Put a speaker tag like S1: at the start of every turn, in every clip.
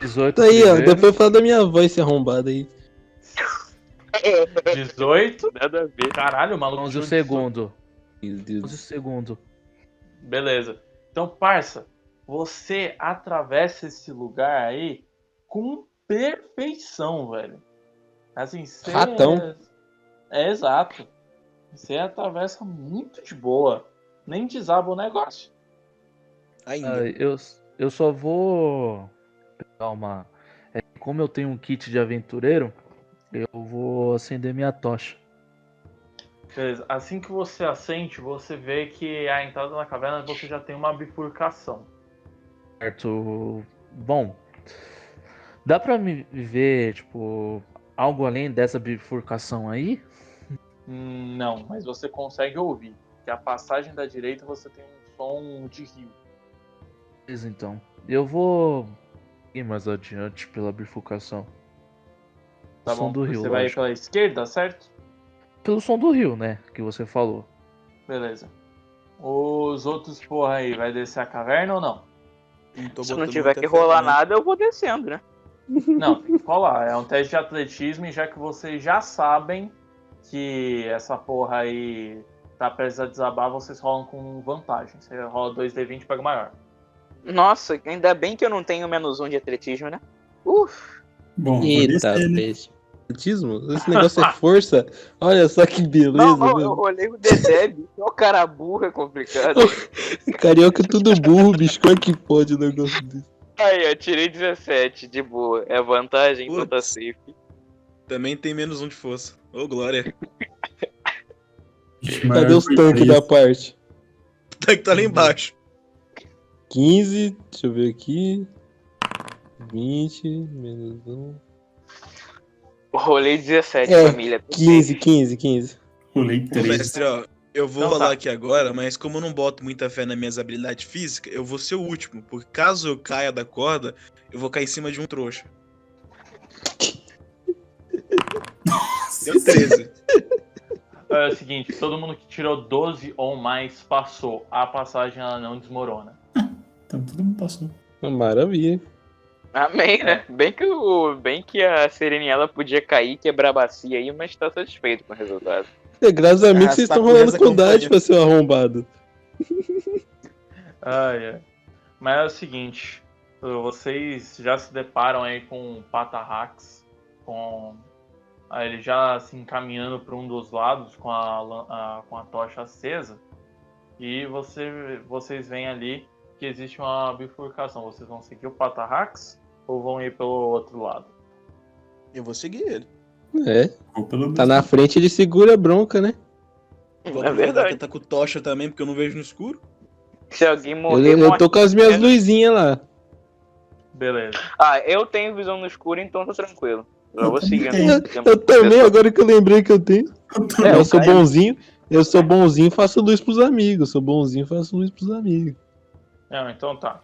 S1: 18
S2: Tá aí, ó.
S1: primeiro.
S2: Depois fala da minha voz ser arrombada aí.
S3: 18.
S4: Nada a ver.
S3: Caralho, o maluco.
S1: 11 o
S3: tirou
S1: segundo.
S2: Meu
S1: 11 o
S2: Deus.
S1: segundo.
S3: Beleza. Então, parça, você atravessa esse lugar aí com perfeição, velho. Assim, você
S2: Ratão.
S3: É, exato. Você atravessa muito de boa. Nem desaba o negócio.
S1: Ah,
S5: Ainda.
S1: eu, eu só vou pegar uma. é, como eu tenho um kit de aventureiro, eu vou acender minha tocha.
S3: Beleza. Assim que você assente, você vê que a entrada na caverna você já tem uma bifurcação.
S1: Certo. Bom, dá pra me ver, tipo, algo além dessa bifurcação aí?
S3: Hum, Não, mas você consegue ouvir. Que a passagem da direita você tem um som de rio.
S1: Beleza, então. Eu vou ir mais adiante pela bifurcação.
S3: Tá
S1: som
S3: bom?
S1: do rio,
S3: você vai
S1: lógico.
S3: pela esquerda, certo?
S1: Pelo som do rio, né? Que você falou.
S3: Beleza. Os outros porra aí, vai descer a caverna ou não?
S5: tô
S4: Se não
S5: botando
S4: tiver
S5: muita
S4: que
S5: fé
S4: rolar
S5: também.
S4: nada, eu vou descendo, né?
S3: Não, tem que rolar. É um teste de atletismo, e já que vocês já sabem que essa porra aí tá prestes a desabar, vocês rolam com vantagem. Você rola 2D20 e pega o maior.
S4: Nossa, ainda bem que eu não tenho menos um de atletismo, né? Uf,
S6: Bom, vou
S2: Eita,
S6: descer, né?
S2: peixe. Atletismo? Esse negócio é força? Olha só que beleza.
S4: não, não, eu
S2: mano.
S4: olhei o Dedé, bicho, ó, cara burra é complicado.
S2: Carioca é tudo burro, bicho. Como é que pode um negócio desse?
S4: Aí, eu tirei 17, de boa. É vantagem, então tá
S5: Putz.
S4: safe.
S5: Também tem menos um de força. Ô, Glória.
S6: Ixi, mas
S2: Cadê os
S6: foi
S2: tanques
S6: isso.
S2: da parte?
S5: Tá que tá lá embaixo.
S2: 15, deixa eu ver aqui. 20, menos 1.
S4: Rolei 17,
S2: É,
S4: família.
S2: 15, 15, 15.
S6: Rolei
S5: Ô,
S6: três.
S5: mestre, ó. Eu vou
S3: Então tá.
S5: rolar aqui agora, mas como eu não boto muita fé nas minhas habilidades físicas, eu vou ser o último. Porque caso eu caia da corda, eu vou cair em cima de um trouxa. Deu 13.
S3: É o seguinte, todo mundo que tirou 12 ou mais passou. A passagem ela não desmorona.
S6: Então todo mundo passou.
S2: Maravilha.
S4: Amém, né?
S2: É.
S4: Bem que, o, bem que a Sereniela podia cair, quebrar a bacia aí, mas tá satisfeito com o resultado.
S2: É, graças a mim
S5: Ah,
S2: que vocês
S5: essa
S2: estão rolando
S5: coisa
S2: com
S5: acompanha.
S2: idade pra ser um arrombado.
S3: Ai, ai. Mas Ah, é o seguinte, vocês já se deparam aí com o Patarrax, com ah, ele já se encaminhando para um dos lados com a, lan- a- com a tocha acesa, e você, vocês veem ali que existe uma bifurcação. Vocês vão seguir o Patarrax ou vão ir pelo outro lado?
S5: Eu vou seguir ele.
S2: É,
S6: Vou pelo
S2: tá
S6: mesmo.
S2: na frente, ele segura a bronca, né?
S5: Vou
S4: é
S5: aproveitar que
S4: verdade.
S5: eu tá com tocha também, porque eu não vejo no escuro.
S4: Se alguém
S2: Eu,
S4: morrer,
S2: eu
S4: morre.
S2: tô com as minhas luzinhas lá.
S3: Beleza.
S4: Ah, eu tenho visão no escuro, então tá tranquilo. Eu vou seguindo.
S2: Eu, eu também, agora que eu lembrei que eu tenho. É,
S6: Eu tô-
S2: eu
S4: eu
S2: sou
S4: caio.
S2: bonzinho, eu sou bonzinho, faço luz pros amigos. Sou bonzinho, faço luz pros amigos.
S3: Não, então tá.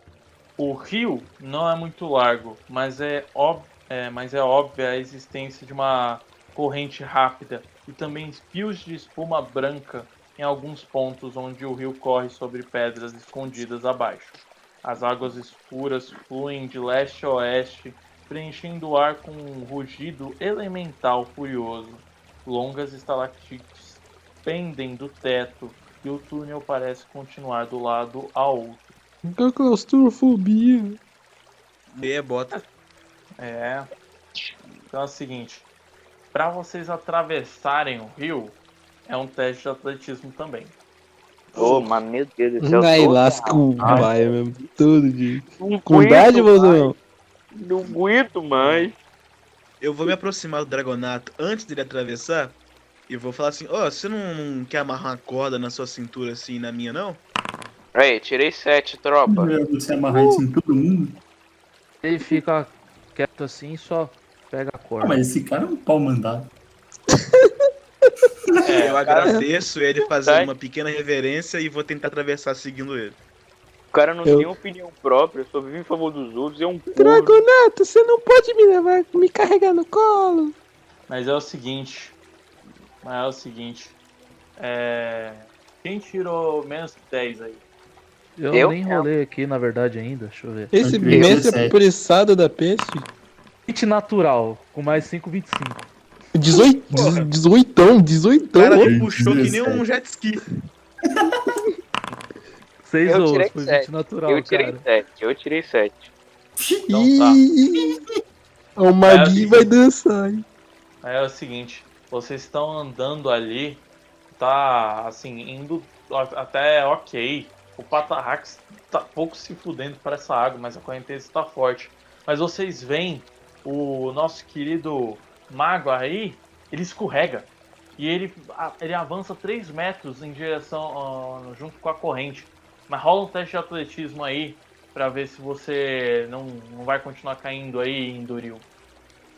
S3: O rio não é muito largo, mas é, ob- é, mas é óbvia a existência de uma corrente rápida e também fios de espuma branca em alguns pontos onde o rio corre sobre pedras escondidas abaixo. As águas escuras fluem de leste a oeste, preenchendo o ar com um rugido elemental furioso. Longas estalactites pendem do teto e o túnel parece continuar do lado a outro.
S2: Nunca claustrofobia.
S5: Meia bota.
S3: É. Então é o seguinte, para vocês atravessarem o rio, é um teste de atletismo também.
S4: Ô, mas meu Deus do céu.
S2: Ai,
S4: tô-
S2: lasca o
S3: Ai.
S2: baia mesmo, todo dia.
S4: Não
S2: Com idade,
S4: aguento mais,
S2: mozão?
S4: Não aguento mais.
S5: Eu vou me aproximar do Dragonato antes dele atravessar. E vou falar assim, ó, você não quer amarrar uma corda na sua cintura assim na minha, não?
S4: Aí, tirei 7,
S2: Uhum.
S4: tropa.
S6: Melhor você amarrar isso em todo mundo.
S1: Ele fica quieto assim e só pega a
S6: Ah,
S1: corda.
S6: mas esse cara é um pau mandado.
S3: É,
S5: eu agradeço ele fazendo
S4: Sai.
S5: uma pequena reverência e vou tentar atravessar seguindo ele.
S4: O cara não
S2: Eu-
S4: tem opinião própria, só vive em favor dos outros, é um corno.
S2: Dragonato, Ah, você não pode me levar, me carregar no colo.
S3: Mas é o seguinte. Mas é o seguinte. É. Quem tirou menos que 10 aí?
S1: Eu,
S4: Eu?
S1: nem rolei aqui, na verdade, ainda. Deixa eu ver.
S2: Esse
S6: Tranquilo,
S2: mês é
S6: dezessete.
S2: apressada da peste.
S1: 20 natural, com mais 5, 25.
S2: 18,
S5: Porra.
S2: 18,
S5: O cara
S2: 18.
S5: me puxou que nem um
S6: Dezessete.
S5: jet ski.
S1: 6
S4: Eu
S1: ouros,
S4: tirei
S1: foi 20
S4: sete.
S1: natural,
S2: então,
S4: Eu tirei
S1: cara.
S4: 7, eu tirei 7.
S3: Então tá.
S2: O Magui vai dançar. hein?
S3: Aí é o seguinte, vocês estão andando ali, tá assim, indo a- até ok. O Patarrax tá pouco se fudendo para essa água, mas a correnteza tá forte. Mas vocês veem o nosso querido mago aí, ele escorrega. E ele, a- ele avança 3 metros em direção ah, junto com a corrente. Mas rola um teste de atletismo aí pra ver se você não, não vai continuar caindo aí, Enduril.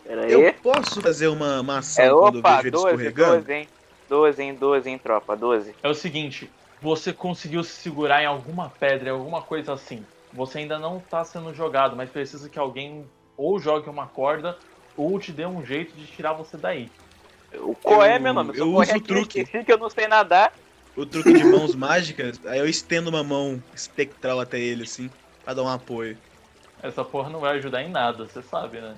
S4: Pera aí.
S5: Eu posso fazer uma maçã
S4: É,
S5: quando eu
S4: opa,
S5: vejo ele
S4: 12,
S5: escorregando?
S4: 12, hein? 12, hein, 12, hein, tropa, 12.
S3: É o seguinte, você conseguiu se segurar em alguma pedra, em alguma coisa assim. Você ainda não tá sendo jogado, mas precisa que alguém ou jogue uma corda ou te dê um jeito de tirar você daí.
S4: O qual é
S5: Eu-
S4: meu nome? Se
S5: eu
S4: correr
S5: uso o
S4: aqui,
S5: truque.
S4: esqueci que eu não sei nadar.
S5: O truque de mãos mágicas, aí eu estendo uma mão espectral até ele, assim, pra dar um apoio.
S3: Essa porra não vai ajudar em nada, você sabe, né?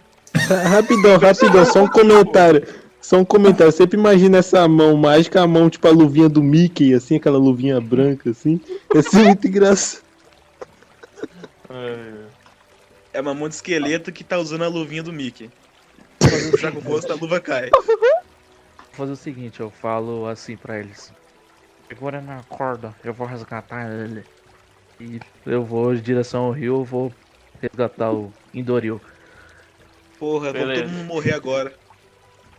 S2: Rapidão, rapidão, só um comentário. Só um comentário. Eu sempre imagino essa mão mágica, a mão tipo a luvinha do Mickey, assim, aquela luvinha branca, assim. Ia ser muito engraçado.
S5: É uma mão de esqueleto que tá usando a luvinha do Mickey. Quando eu puxar com o rosto, a luva cai.
S1: Vou fazer o seguinte, eu falo assim pra eles. Segura na corda, eu vou resgatar ele. E eu vou em direção ao rio, eu vou resgatar o Indoril.
S5: Porra, vamos
S3: Beleza.
S5: todo mundo morrer agora.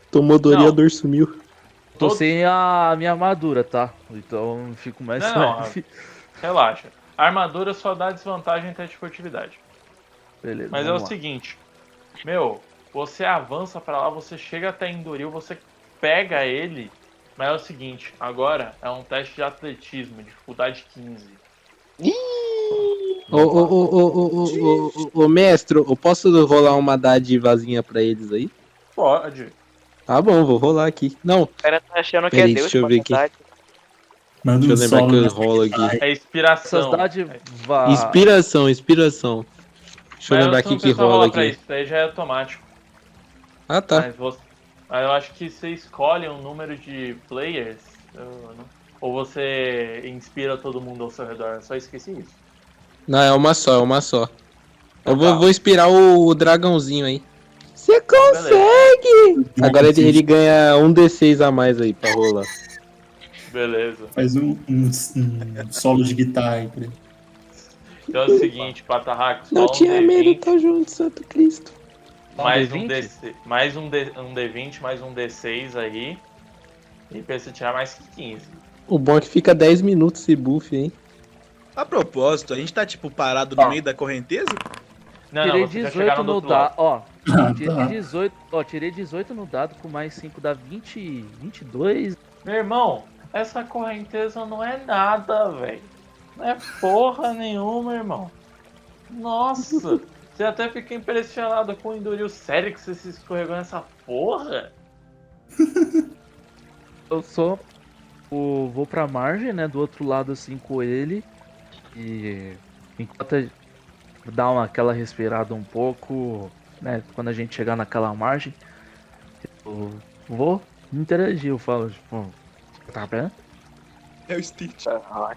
S2: Tomou
S3: Não.
S2: Doriador sumiu.
S1: Tô
S3: Todo-
S1: sem a minha armadura, tá? Então fico mais
S3: Não,
S1: leve.
S3: Relaxa. A armadura só dá desvantagem em teste de furtividade.
S1: Beleza.
S3: Mas é o
S1: vamos lá.
S3: seguinte, meu, você avança pra lá, você chega até Enduril, você pega ele, mas é o seguinte, agora é um teste de atletismo, dificuldade 15.
S2: Ô, ô, ô, ô, ô, ô, ô, ô, ô, mestre, eu posso rolar uma dádivazinha pra eles aí?
S3: Pode.
S2: Tá bom, vou rolar aqui. Não,
S4: O cara tá achando que
S2: Peraí,
S4: é Deus
S2: deixa eu ver aqui.
S4: verdade.
S6: Manda
S2: deixa eu
S6: um
S2: lembrar que
S6: solo.
S2: eu
S6: nessa
S2: rolo aqui.
S3: É inspiração.
S1: Essas
S3: então, é,
S1: dádivas.
S2: Inspiração, inspiração. Deixa eu
S3: Ah. Mas
S2: lembrar
S3: você não
S2: aqui que
S3: precisa
S2: rola
S3: rolar pra
S2: aqui.
S3: Isso daí já é automático.
S2: Ah, tá.
S3: Mas você- mas eu acho que você escolhe um número de players, eu não- ou você inspira todo mundo ao seu redor. Eu só esqueci isso.
S2: Não, é uma só, é uma só. Eu vou,
S3: Tá.
S2: vou inspirar o, o dragãozinho aí. Você é
S3: Beleza,
S6: parte.
S2: Agora ele, ele ganha um D6 a mais aí pra rolar.
S3: beleza.
S6: Faz um, um, um solo de guitarra aí pra ele.
S3: Então é o seguinte, Patarrax,
S2: Não
S3: rola um
S2: tinha
S3: D20.
S2: medo, tá junto, Santo Cristo.
S3: Mais um,
S1: D20?
S3: D, mais um, D, um D20, mais um D6 aí. E pra você tirar mais que 15.
S2: O bom é que fica 10 minutos esse buff, hein?
S5: A propósito, a gente tá, tipo, parado no meio da correnteza?
S3: Não,
S1: tirei
S3: não, vocês já
S1: 18
S3: chegaram do
S1: no
S3: outro lado.
S1: dado. Ó,
S6: Ah,
S1: tirei
S6: tá.
S1: 18, ó, tirei 18 no dado com mais 5 dá 20, 22.
S3: Meu irmão, essa correnteza não é nada, velho. Não é porra nenhuma, irmão. Nossa, você até fica impressionado com o Enduril. Sério que você se escorregou nessa porra?
S1: Eu só o- vou pra margem, né? Do outro lado, assim, com ele. E enquanto dá uma, aquela respirada um pouco, né? Quando a gente chegar naquela margem, eu vou interagir. Eu falo, tipo, tá bem?
S5: É o Stitch.
S4: Ah,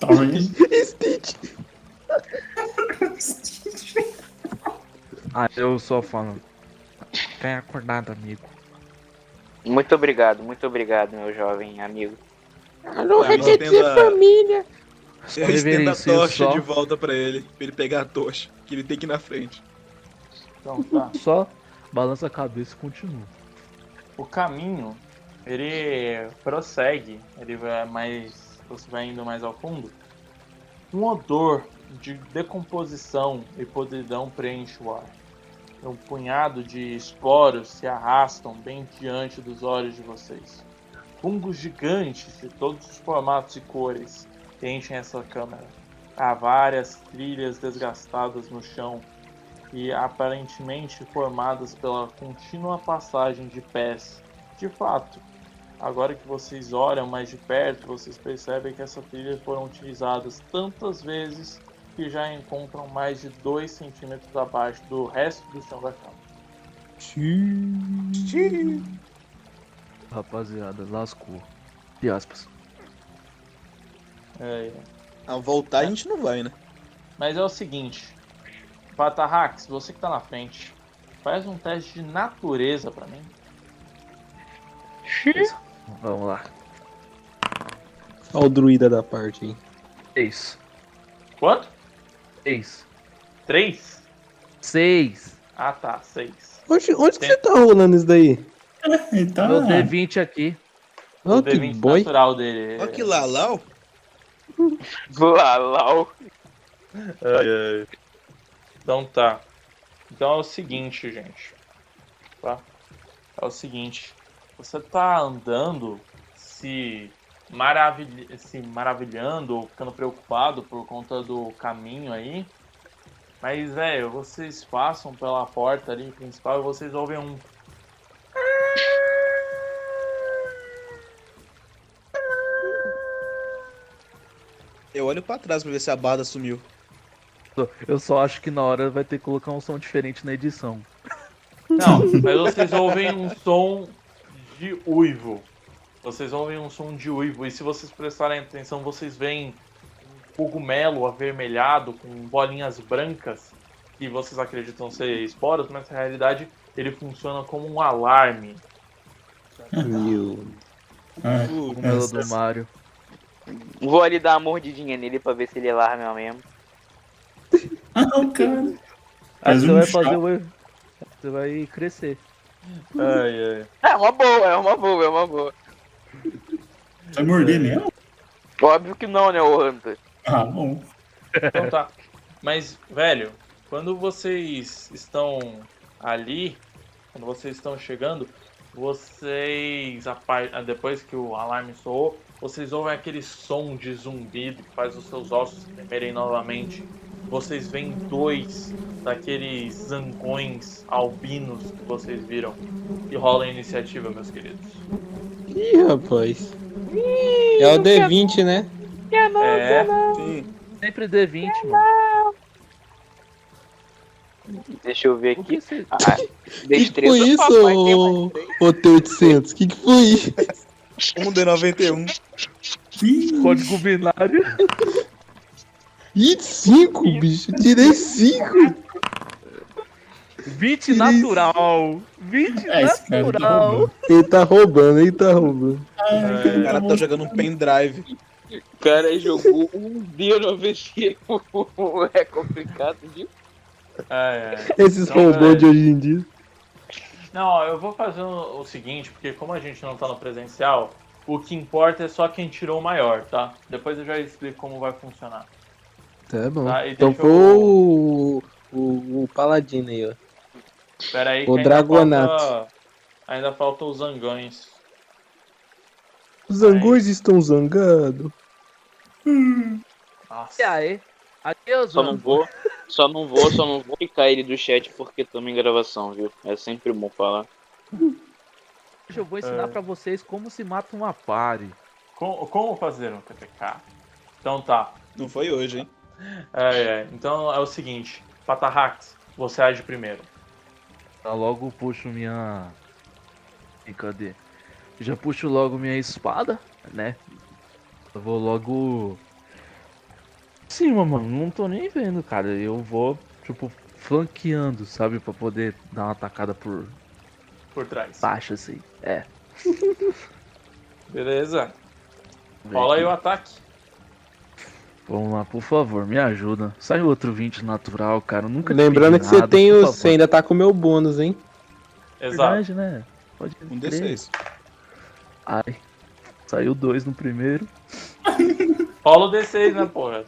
S6: Tá vendo?
S2: Stitch.
S1: Aí Ah, eu só falo, tenha acordado, amigo.
S4: Muito obrigado, muito obrigado, meu jovem amigo.
S2: Não
S5: Ah, mas tem
S2: requecer
S5: da-
S2: família.
S5: Eu estendo a
S1: Reverencio
S5: tocha
S1: só.
S5: de volta pra ele, pra ele pegar a tocha, que ele tem que ir na frente.
S3: Então tá.
S1: Só balança a cabeça e continua.
S3: O caminho, ele prossegue, ele vai mais. Você vai indo mais ao fundo. Um odor de decomposição e podridão preenche o ar. Um punhado de esporos se arrastam bem diante dos olhos de vocês. Fungos gigantes de todos os formatos e cores enchem essa câmara. Há várias trilhas desgastadas no chão e aparentemente formadas pela contínua passagem de pés. De fato, Agora que vocês olham mais de perto, vocês percebem que essas trilhas foram utilizadas tantas vezes que já encontram mais de 2 centímetros abaixo do resto do chão da cama.
S1: Rapaziada, lascou. De aspas.
S3: É,
S5: A voltar a gente não vai, né?
S3: Mas é o seguinte, Patarrax, você que tá na frente, faz um teste de natureza pra mim.
S1: Vamos lá.
S2: Olha o druida da parte aí.
S1: Seis.
S3: Quanto?
S1: Seis.
S3: Três?
S1: Seis.
S3: Ah tá, seis.
S2: Onde, onde que você tá rolando isso daí?
S6: Ele tá.
S1: Meu D20 aqui.
S2: Olha
S3: o
S2: que
S3: D20
S2: boy.
S3: natural dele.
S5: Ó que Lalau.
S4: Lalau.
S3: Então tá. Então é o seguinte, gente. Tá? É o seguinte. Você tá andando, se, maravil... se maravilhando ou ficando preocupado por conta do caminho aí. Mas, velho, vocês passam pela porta ali principal e vocês ouvem um.
S5: Eu olho pra trás pra ver se a barda sumiu.
S1: Eu só acho que na hora vai ter que colocar um som diferente na edição.
S3: Não, mas vocês ouvem um som de uivo. Vocês ouvem um som de uivo. E se vocês prestarem atenção, vocês veem um cogumelo avermelhado com bolinhas brancas que vocês acreditam ser esporas, mas na realidade ele funciona como um alarme.
S2: Meu.
S6: Ah,
S5: Uh,
S1: O meu do
S6: Essas-
S1: Mario.
S4: Vou ali dar uma mordidinha nele pra ver se ele é larga mesmo.
S6: Ah, não, cara.
S1: Aí
S6: Faz
S1: você
S6: um
S1: vai
S6: chá.
S1: fazer o. Você vai crescer.
S3: Ai, ai.
S4: É uma boa, é uma boa, é uma boa.
S6: Vai morder mesmo?
S4: Óbvio que não, né, ô Hunter?
S6: Ah, bom.
S3: Então tá. Mas, velho, quando vocês estão ali, quando vocês estão chegando, vocês, a par- ah, depois que o alarme soou, vocês ouvem aquele som de zumbido que faz os seus ossos tremerem novamente. Vocês veem dois daqueles zangões albinos que vocês viram. E rola a iniciativa, meus queridos.
S2: Ih, rapaz. É o D20, né?
S3: É,
S5: sim.
S1: Sempre D20, mano.
S4: Deixa eu ver
S1: O
S4: aqui.
S1: que você.
S4: Ah,
S2: Que que
S4: destreza,
S2: foi isso,
S4: papai, tem uma-
S2: ô, ô T800? Que que foi isso?
S5: Um de 91.
S6: Ih,
S1: Código binário.
S2: Ih, 5, bicho. Tirei 5.
S1: 20 natural. 20
S6: É, esse cara tá
S1: natural.
S6: roubando.
S2: Ele tá roubando, ele tá roubando.
S5: O cara tá jogando um pendrive.
S4: O cara jogou um D95. É complicado de
S3: é, é.
S2: Esses
S3: Não,
S2: robôs de hoje em dia.
S3: Não, eu vou fazer o o seguinte, porque como a gente não tá no presencial, o que importa é só quem tirou o maior, tá? Depois eu já explico como vai funcionar.
S2: Tá bom.
S3: Tá, e
S2: então
S3: deixa
S2: foi
S3: eu-
S2: o, o, o Paladino aí, ó.
S3: Pera aí,
S2: O
S3: que ainda
S2: Dragonato.
S3: falta- Ainda falta os zangões.
S2: Os angões estão zangados.
S1: E
S3: Nossa.
S1: aí? Adeus,
S4: Só não
S1: mano.
S4: vou, só não vou, só não vou ficar ele do chat porque estamos em gravação, viu? É sempre bom falar.
S1: Hoje eu vou ensinar pra vocês como se mata uma pare.
S3: Como, como fazer um TPK? Então tá.
S5: Não foi hoje, hein?
S3: É, é. Então é o seguinte, Patarrax, você age primeiro.
S1: Tá logo puxo minha. Ih, Cadê? Já puxo logo minha espada, né? Eu vou logo. Sim, mano, não tô nem vendo, cara. Eu vou, tipo, flanqueando, sabe? Pra poder dar uma atacada por
S3: Por trás.
S1: baixo, assim. É.
S3: Beleza? Rola aí o ataque.
S1: Vamos lá, por favor, me ajuda. Sai outro 20 natural, cara. Eu nunca te
S2: Lembrando
S1: pedi
S2: que você
S1: nada,
S2: tem
S1: por
S2: o.
S1: favor.
S2: Você ainda tá com o meu bônus, hein?
S3: Exato.
S1: Verdade, né? Pode
S5: Um
S1: crer.
S5: D6.
S1: Ai. Saiu dois no primeiro.
S3: Rola o D6, né, porra?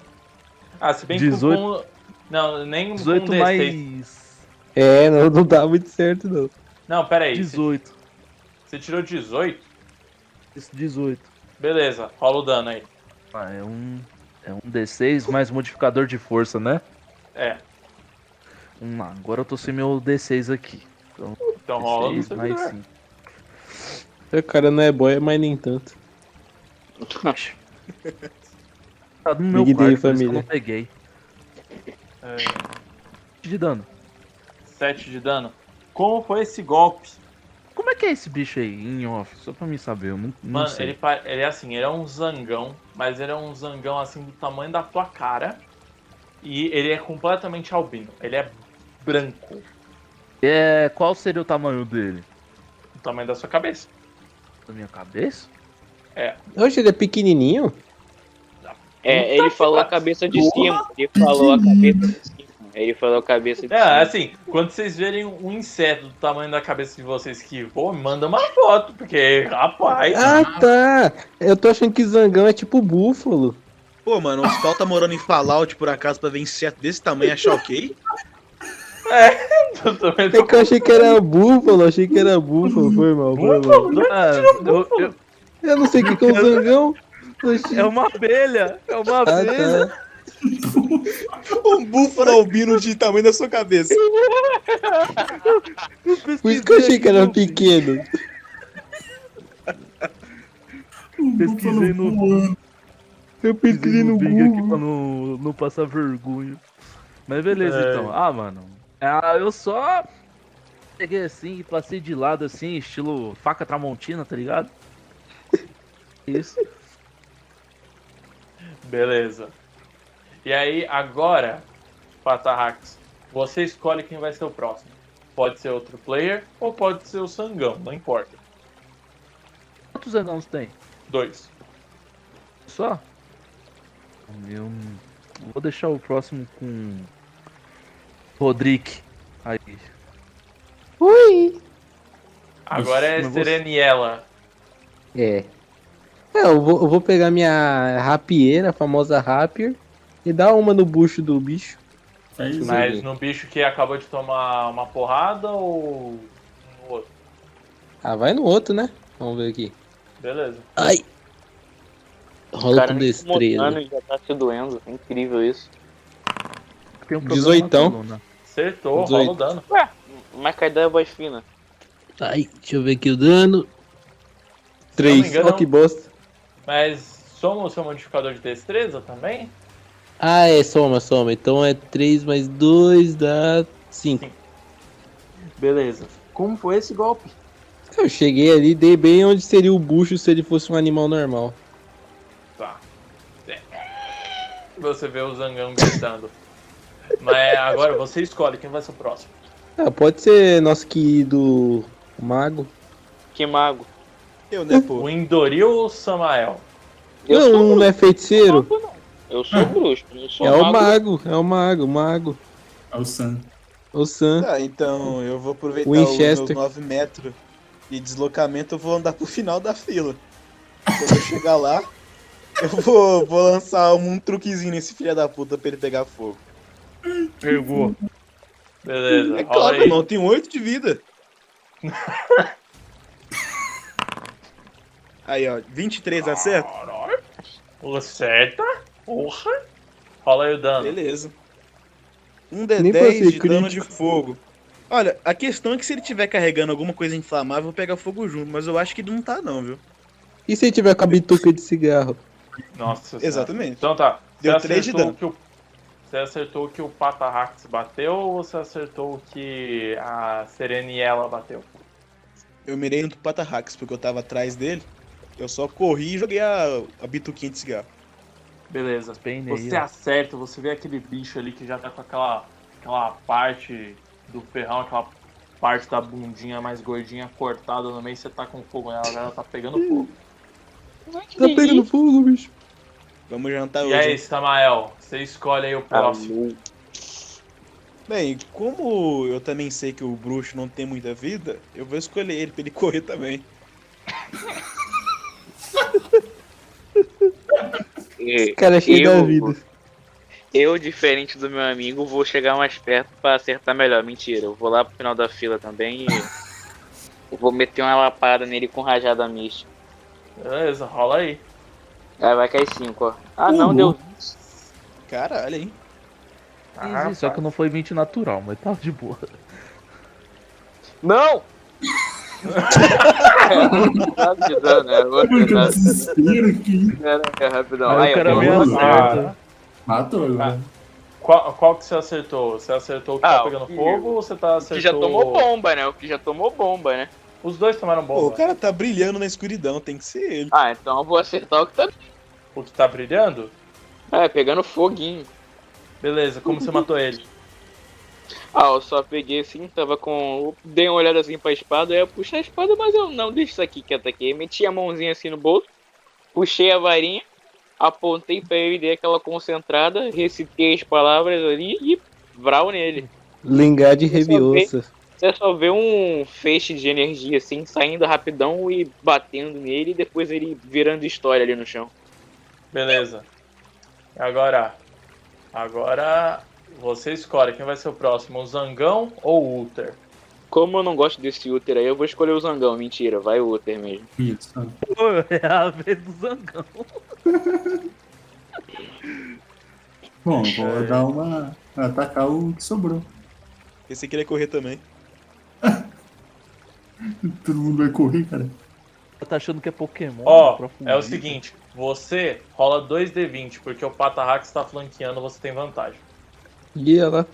S3: Ah, se bem
S1: 18.
S3: que com... Não, nem com
S1: 18
S3: D6.
S1: mais.
S2: É, não, não dá muito certo, não.
S3: Não, pera aí. Você
S1: 18.
S3: você tirou 18?
S1: Isso, 18.
S3: Beleza, rola o dano aí.
S1: Ah, é um. É um D6 mais modificador de força, né?
S3: É,
S1: Vamos lá, agora eu tô sem meu D6 aqui.
S3: então rola no
S1: D6 mais
S3: servidor.
S1: 5.
S2: O cara não é boia, mas nem tanto.
S4: É,
S1: Tá no meu
S2: Big
S1: quarto, por isso
S2: Day,
S1: que eu
S2: família.
S1: não peguei.
S3: É,
S1: De dano.
S3: 7 de dano. Como foi esse golpe?
S1: Como é que é esse bicho aí em off? Só pra mim saber, eu não, não
S3: Mano,
S1: sei.
S3: ele, pa- ele é assim, ele é um zangão, mas ele é um zangão assim do tamanho da tua cara. E ele é completamente albino. Ele é branco,
S1: É, qual seria o tamanho dele?
S3: do tamanho da sua cabeça.
S1: Da minha cabeça?
S2: Oxe, ele é pequenininho?
S4: É, ele falou a cabeça de cima. Ele falou a cabeça de cima. Ele falou a cabeça de
S3: É,
S4: cima.
S3: assim, quando vocês verem um inseto do tamanho da cabeça de vocês que voa, manda uma foto, porque, rapaz,
S2: Ah, tá! Eu tô achando que zangão é tipo búfalo.
S5: Pô, mano, o Spawn tá morando em Fallout por acaso pra ver inseto desse tamanho e achar ok?
S3: eu também
S2: É
S3: tô
S2: que eu achei que era búfalo, achei que era búfalo. Foi mal, foi mal.
S1: Ah, eu- eu-
S2: Eu não sei um o que, que é um zangão. Oxi.
S1: é uma abelha! É uma
S2: Ah,
S1: abelha!
S2: tá.
S5: Um búfalo albino de tamanho da sua cabeça.
S2: Por isso que eu achei que era um pequeno.
S6: O
S1: Pesquisei
S6: búfalo
S1: no-
S6: voando.
S2: Eu pesquisei no
S1: Big aqui pra
S2: Google.
S1: não, não passar vergonha. Mas beleza,
S3: É.
S1: então. Ah, mano. Ah, eu só peguei assim e passei de lado assim, estilo faca tramontina, tá ligado? Isso.
S3: Beleza. E aí, agora, Patarrax, você escolhe quem vai ser o próximo. Pode ser outro player ou pode ser o Sangão, não importa.
S1: Quantos anãos tem?
S3: Dois.
S1: Só? Eu vou deixar o próximo com. Rodrick. Aí.
S2: Ui!
S3: Agora é
S1: mas você-
S3: Sereniela.
S2: É. É, eu vou, eu vou pegar minha rapieira, a famosa rapier, e dar uma no bucho do bicho.
S6: Faz
S2: Sim.
S3: Mas no bicho que acabou de tomar uma porrada ou no outro?
S2: Ah, vai no outro, né? Vamos ver aqui.
S3: Beleza.
S2: Ai!
S4: O
S2: Rola
S4: cara
S2: com
S4: nem
S2: destreza.
S4: incomodando e já tá se doendo. Incrível isso.
S1: Tem um problema na
S2: 18ão.
S1: coluna.
S3: Acertou, rola o
S2: 18.
S3: dano.
S4: Mas Kaidan é voz fina.
S2: Ai, Tá deixa eu ver aqui o dano.
S3: Se não me
S2: 3.
S3: engano,
S2: Ó, que bosta.
S3: Mas soma o seu um modificador de destreza também?
S2: Ah, é, soma, soma. Então é 3 mais 2 dá 5.
S3: Beleza. Como foi esse golpe?
S2: Eu cheguei ali, dei bem onde seria o bucho se ele fosse um animal normal.
S3: Tá. Você vê o Zangão gritando. Mas agora você escolhe quem vai ser o próximo.
S2: Ah, pode ser nosso querido mago.
S4: Que mago.
S5: Eu, né, pô?
S3: O Indoril ou o Samael?
S4: Eu
S2: não,
S4: sou
S2: não é feiticeiro.
S4: mago, não. Eu sou bruxo. Não sou
S2: É o
S4: mago.
S2: mago, é o mago, o mago.
S6: É o Sam.
S2: O Sam.
S5: Tá, então eu vou aproveitar os
S2: Winchester.
S5: meus 9 metros de deslocamento, eu vou andar pro final da fila. Quando eu chegar lá, eu vou, vou lançar um truquezinho nesse filho da puta pra ele pegar fogo.
S1: Pegou.
S3: Beleza,
S5: É
S3: rola
S5: claro,
S3: aí.
S5: não, tem 8 de vida. Aí, ó, 23 acerta?
S3: Caralho. Acerta? Porra. Rola aí o dano.
S5: Beleza. Um D10
S2: Nem pra ser
S5: de dano de
S2: crítico.
S5: fogo. Olha, a questão é que se ele tiver carregando alguma coisa inflamável, pega fogo junto, mas eu acho que não tá não, viu?
S2: E se ele tiver com a bituca de cigarro?
S3: Nossa senhora.
S5: Exatamente.
S3: Então tá. Você
S5: Deu três de
S3: acertou
S5: dano.
S3: o que o- Você acertou o que o Patarrax bateu ou você acertou o que a Sereniela bateu?
S5: Eu mirei no Patarrax, porque eu tava atrás dele. Eu só corri e joguei a, a bituquinha de cigarro.
S3: Beleza.
S1: Bem nele.
S3: Você
S4: é
S3: acerta, você vê aquele bicho ali que já tá com aquela, aquela parte do ferrão, aquela parte da bundinha mais gordinha cortada no meio, você tá com fogo nela, ela tá pegando fogo.
S2: Tá pegando fogo, bicho.
S5: Vamos jantar
S3: E
S5: hoje.
S3: aí,
S5: hein?
S3: Samael, você escolhe aí o próximo.
S5: Bem, como eu também sei que o bruxo não tem muita vida, eu vou escolher ele pra ele correr também.
S4: É,
S2: Cara, cheio
S4: eu-
S2: da vida.
S4: Eu, diferente do meu amigo, vou chegar mais perto pra acertar melhor. Mentira, eu vou lá pro final da fila também e. eu vou meter uma lapada nele com rajada mística.
S3: Beleza, rola aí.
S4: Aí vai cair 5, ó. Ah, não, deu.
S5: Caralho, hein?
S1: Fiz isso, só que não foi 20 natural, mas tá de boa.
S4: Não! Rapidão, né? Vou
S6: Olha que
S4: tentar.
S6: desespero aqui.
S4: Caraca, é rapidão.
S1: Aí
S4: Aí,
S1: o
S4: ó,
S1: cara
S6: eu
S1: me
S6: vou
S1: acerta.
S6: Matou
S1: Tá.
S6: agora.
S3: Qual, qual que você acertou? Você acertou o que
S4: Ah,
S3: tá
S4: o
S3: pegando
S4: que-
S3: fogo ou você tá
S4: o que
S3: acertou...
S4: já tomou bomba, né? O que já tomou bomba, né?
S3: Os dois tomaram
S5: Pô, o
S3: bomba.
S5: cara tá brilhando na escuridão, tem que ser ele.
S4: Ah, então eu vou acertar o que tá.
S3: O que tá brilhando?
S4: É, pegando foguinho.
S3: Beleza, como você matou ele?
S4: Ah, eu só peguei assim, tava com. eu Dei uma olhada assim pra espada, aí eu puxei a espada, mas eu não, deixa isso aqui quieto aqui. Eu Meti a mãozinha assim no bolso, puxei a varinha, apontei pra ele, dei aquela concentrada, recitei as palavras ali e vral nele.
S2: Lingar de
S4: Eu só
S2: Reviosa.
S4: Você só vê um feixe de energia assim, saindo rapidão e batendo nele, e depois ele virando história ali no chão.
S3: Beleza. Agora... Agora... Você escolhe quem vai ser o próximo, o Zangão ou o Ulter?
S4: Como eu não gosto desse útero aí, eu vou escolher o Zangão. Mentira, vai o útero mesmo.
S6: Isso.
S1: Pô, é a vez do zangão.
S6: Bom, eu vou dar uma. atacar o que sobrou.
S5: Pensei que ele ia correr também.
S6: Todo mundo vai correr, cara.
S1: Tá achando que é Pokémon?
S3: Ó,
S1: profundo.
S3: é o seguinte, você rola 2d20, porque o Patarrax tá flanqueando, você tem vantagem.
S2: E ela.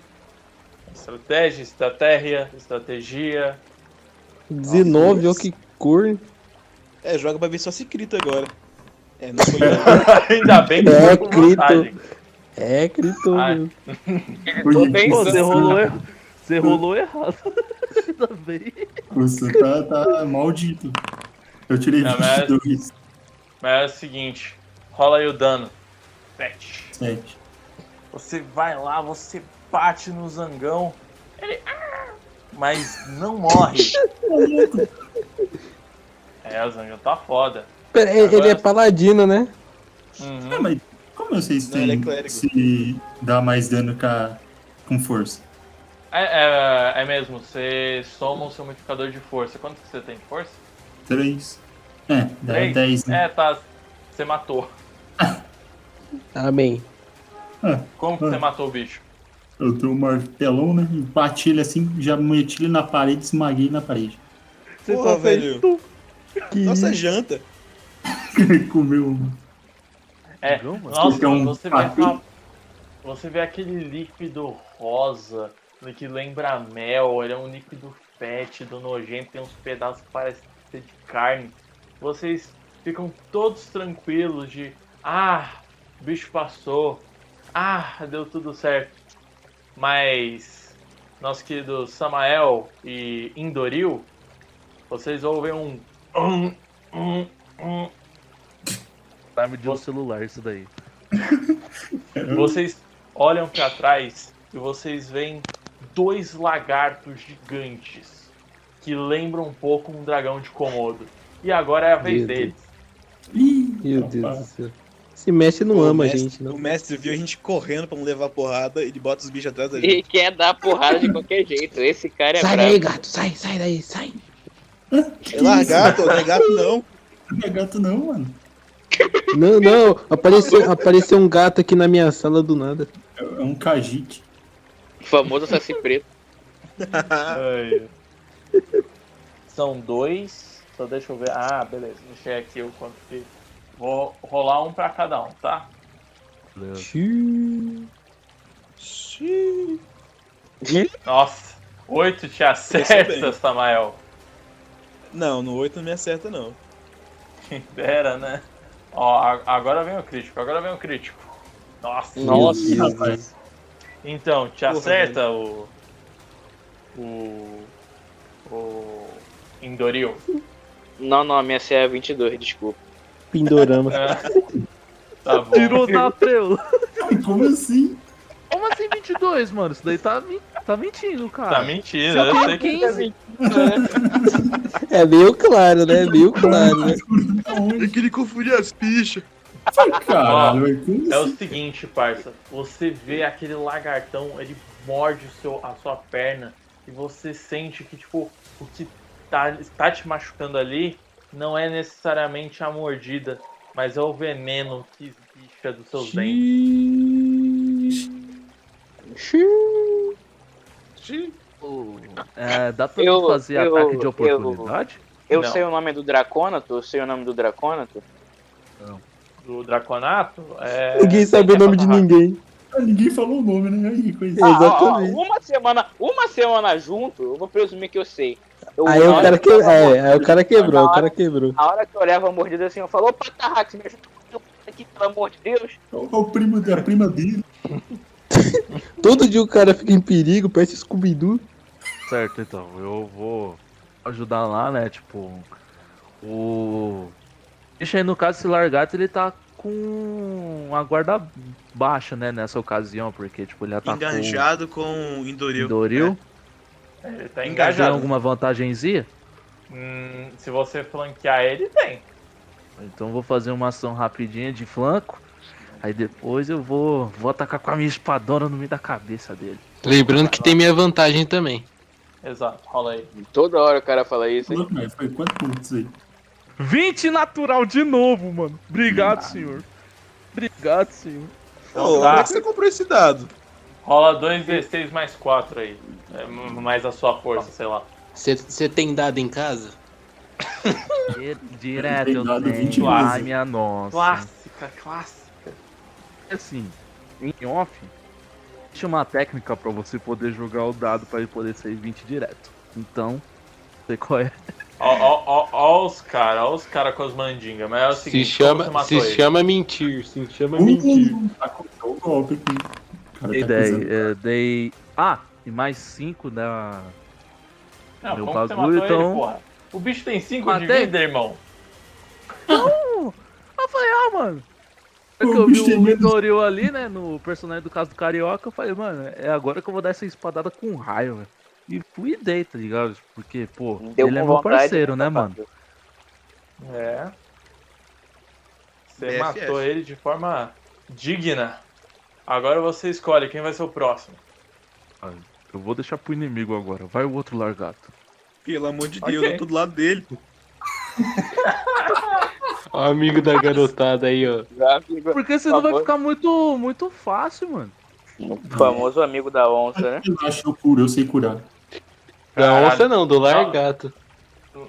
S3: Estratégia, estratégia, estratégia.
S2: 19, ó que cor.
S5: É, joga pra ver só se grita agora. É, não foi
S3: Ainda bem que
S2: É,
S3: foi com
S2: crito.
S3: vantagem.
S2: É, gritou.
S3: Ai.
S2: meu.
S4: Tô
S6: Hoje-
S1: Pô,
S4: pensando.
S3: é
S1: você rolou,
S6: tá,
S1: er- você rolou errado. Ainda bem.
S6: Você tá, tá maldito. Eu tirei
S3: Não, mas-
S6: 22,
S3: Mas é o seguinte, rola aí o dano. Sete.
S6: 7.
S3: Você vai lá, você bate no zangão. Ele. "Ah!", Mas não morre. É, o zangão tá foda.
S2: Pera, é- ele é
S3: Agora-
S2: paladino, né?
S6: Ah,
S3: Uhum.
S6: mas como eu sei se,
S5: Não, ele é
S6: tem-
S5: clérigo.
S6: se dá mais dano ca- com força?
S3: É, é- é mesmo, você soma o seu modificador de força. Quanto que você tem de força?
S6: 3. É, dá
S3: Três?
S6: 10, né?
S3: É, tá. Você matou.
S2: Amém.
S3: Como que
S6: Ah.
S3: você matou o bicho?
S6: Eu tenho um martelão, né? E bati ele assim, já meti ele na parede, esmaguei na parede.
S1: Você
S5: Porra,
S2: tá
S1: só fez
S5: velho.
S1: tum.
S6: Que
S5: Nossa
S6: isso?
S5: janta.
S6: Comeu um.
S3: É,
S1: Zangão, mano?
S3: Nossa,
S6: Tem um
S3: você vê,
S6: papinho.
S3: aquela- você vê aquele líquido rosa que lembra mel, ele é um líquido fétido, nojento, tem uns pedaços que parecem ser de carne. Vocês ficam todos tranquilos de ah, o bicho passou, ah, deu tudo certo. Mas nosso querido Samael e Indoril, vocês ouvem um "Hum, hum, hum",
S1: Tá me deu o celular isso daí.
S6: Uhum.
S3: Vocês olham pra trás e vocês veem dois lagartos gigantes que lembram um pouco um dragão de Komodo. E agora é a vez
S2: Meu Deus.
S3: deles.
S6: Ih,
S2: Meu
S6: rapaz.
S2: Deus do céu. Se mexe não
S5: Pô, o
S2: ama a
S5: mestre-
S2: gente, não.
S5: O mestre viu a gente correndo pra não levar porrada, ele bota os bichos atrás da gente.
S4: E quer dar porrada de qualquer jeito. Esse cara é
S2: sai
S4: brabo.
S2: daí, gato. Sai, sai daí, sai.
S5: É largar, tô, não é gato não.
S6: Não é gato não, mano.
S2: Não, não. Apareceu, apareceu um gato aqui na minha sala do nada.
S6: É é um cajique.
S4: O famoso saci preto.
S3: São dois. Só deixa eu ver. Ah, beleza. Deixei aqui o quanto que. Vou rolar um pra cada um, tá?
S2: Xiii.
S3: Nossa. Oito te acerta,
S5: bem.
S3: Samael.
S5: Não, no 8 não me acerta não.
S3: Quem dera, né? Ó, a- agora vem o crítico. Agora vem o crítico. Nossa.
S4: Nossa.
S2: Meu Deus.
S6: Rapaz,
S3: Então, te
S5: Porra,
S3: acerta o. O. O. Indoril.
S4: Não, não, a minha CE é 22, desculpa.
S2: Pindorama.
S3: Ah, tá bom.
S1: Tirou da preula.
S6: como assim?
S1: Como assim 22, mano? Isso daí tá, men- tá mentindo, cara.
S3: Tá mentira, eu sei que.
S2: É meio claro, né? É meio claro, né?
S6: Aonde?
S5: É que ele confunde as fichas.
S6: Caralho, velho, como
S3: É o
S6: assim?
S3: seguinte, parça. Você vê aquele lagartão, ele morde o seu, a sua perna e você sente que, tipo, o que tá, está te machucando ali não é necessariamente a mordida, mas é o veneno que esguicha dos seus dentes.
S1: É, dá pra
S4: Eu-
S1: fazer
S4: eu-
S1: ataque de
S4: eu-
S1: É, oportunidade?
S4: Eu
S3: Não.
S4: sei o nome do Draconato? Eu sei o nome do Draconato?
S3: do Draconato. É...
S2: Ninguém sabe o nome de ninguém.
S6: Ah, Ninguém falou o nome, né? Aí, coisa.
S2: É.
S4: Ah, ó, ó,
S2: Exatamente.
S4: uma semana, uma semana junto, eu vou presumir que eu sei. Eu,
S2: Aí o
S4: olho-
S2: cara, que... é, aí o cara quebrou, o cara quebrou.
S4: A hora que eu levo a mordida assim, eu falo, opa, Tarrax, me ajuda com essa puta aqui, pelo amor de Deus.
S6: É o, é o primo da a prima dele.
S2: Todo dia o cara fica em perigo, parece Scooby-Doo.
S1: Certo, então. Eu vou ajudar lá, né? Tipo, o. Deixa aí, no caso, esse largato ele tá com a guarda baixa, né? Nessa ocasião, porque, tipo, ele atacou
S5: Enganjado Tá com
S1: o
S5: Indoril.
S1: Doril.
S3: Ele tá
S1: Tem
S3: engajado.
S1: alguma vantagenzinha?
S3: Hum, se você flanquear ele, tem.
S1: Então eu vou fazer uma ação rapidinha de flanco. Aí depois eu vou, vou atacar com a minha espadona no meio da cabeça dele.
S7: Lembrando que tem minha vantagem também.
S3: Exato, rola aí.
S4: Toda hora o cara fala isso. hein?
S6: Louco, mas Foi quantos pontos aí?
S1: 20 natural de novo, mano. Obrigado, senhor. Obrigado, senhor.
S3: Tá.
S5: Ô, como é que você comprou esse dado?
S3: Rola 2d6 mais 4 aí. É, m- mais a sua força, sei lá.
S7: Você tem dado em casa?
S1: Direto, eu
S6: Dado 20
S1: tenho.
S6: vezes.
S1: Ai, minha nossa.
S3: Clássica, clássica.
S1: assim, em off, tinha uma técnica pra você poder jogar o dado pra ele poder sair 20 direto. Então, sei qual é.
S3: Ó, ó, ó, ó os caras, ó os caras com as mandingas. Mas é o
S7: Se
S3: seguinte, como
S7: chama,
S3: você matou
S7: se
S3: ele? Ah,
S7: chama mentir, se
S3: É
S7: chama mentir.
S6: Um, um, tá com o golpe aqui. O cara
S1: Dei
S6: tá
S1: 10,
S6: pisando.
S1: é, dei. Ah, e mais 5 da.
S3: Não,
S1: Meu
S3: como você
S1: bagulho,
S3: matou
S1: então-
S3: ele, porra? O bicho tem 5 de
S1: Matei.
S3: vida, irmão.
S1: Eu falei, ah, mano. É
S6: Ô,
S1: que eu vi
S6: bicho, tem
S1: o
S6: menos-
S1: Vitoril ali, né, no personagem do caso do Carioca, eu falei, mano, é agora que eu vou dar essa espadada com raio, velho. E fui e dei, tá ligado? Porque, pô,
S4: Deu
S1: ele é
S4: com
S1: meu
S4: vontade, tá
S1: parceiro, né, mano?
S3: É. Você
S5: BFF.
S3: matou ele de forma digna. Agora você escolhe quem vai ser o próximo.
S1: Eu vou deixar pro inimigo agora, vai o outro largato.
S5: Pelo amor de
S3: Ok.
S5: Deus, eu tô do lado dele.
S7: Ó, amigo da garotada aí, ó.
S4: Já amigo-
S1: Porque senão
S4: Por
S1: vai
S4: favor.
S1: ficar muito, muito fácil, mano.
S4: famoso amigo da onça, né?
S6: Eu acho que eu curo, eu sei curar.
S7: Da
S3: Caralho.
S7: onça não, do largato.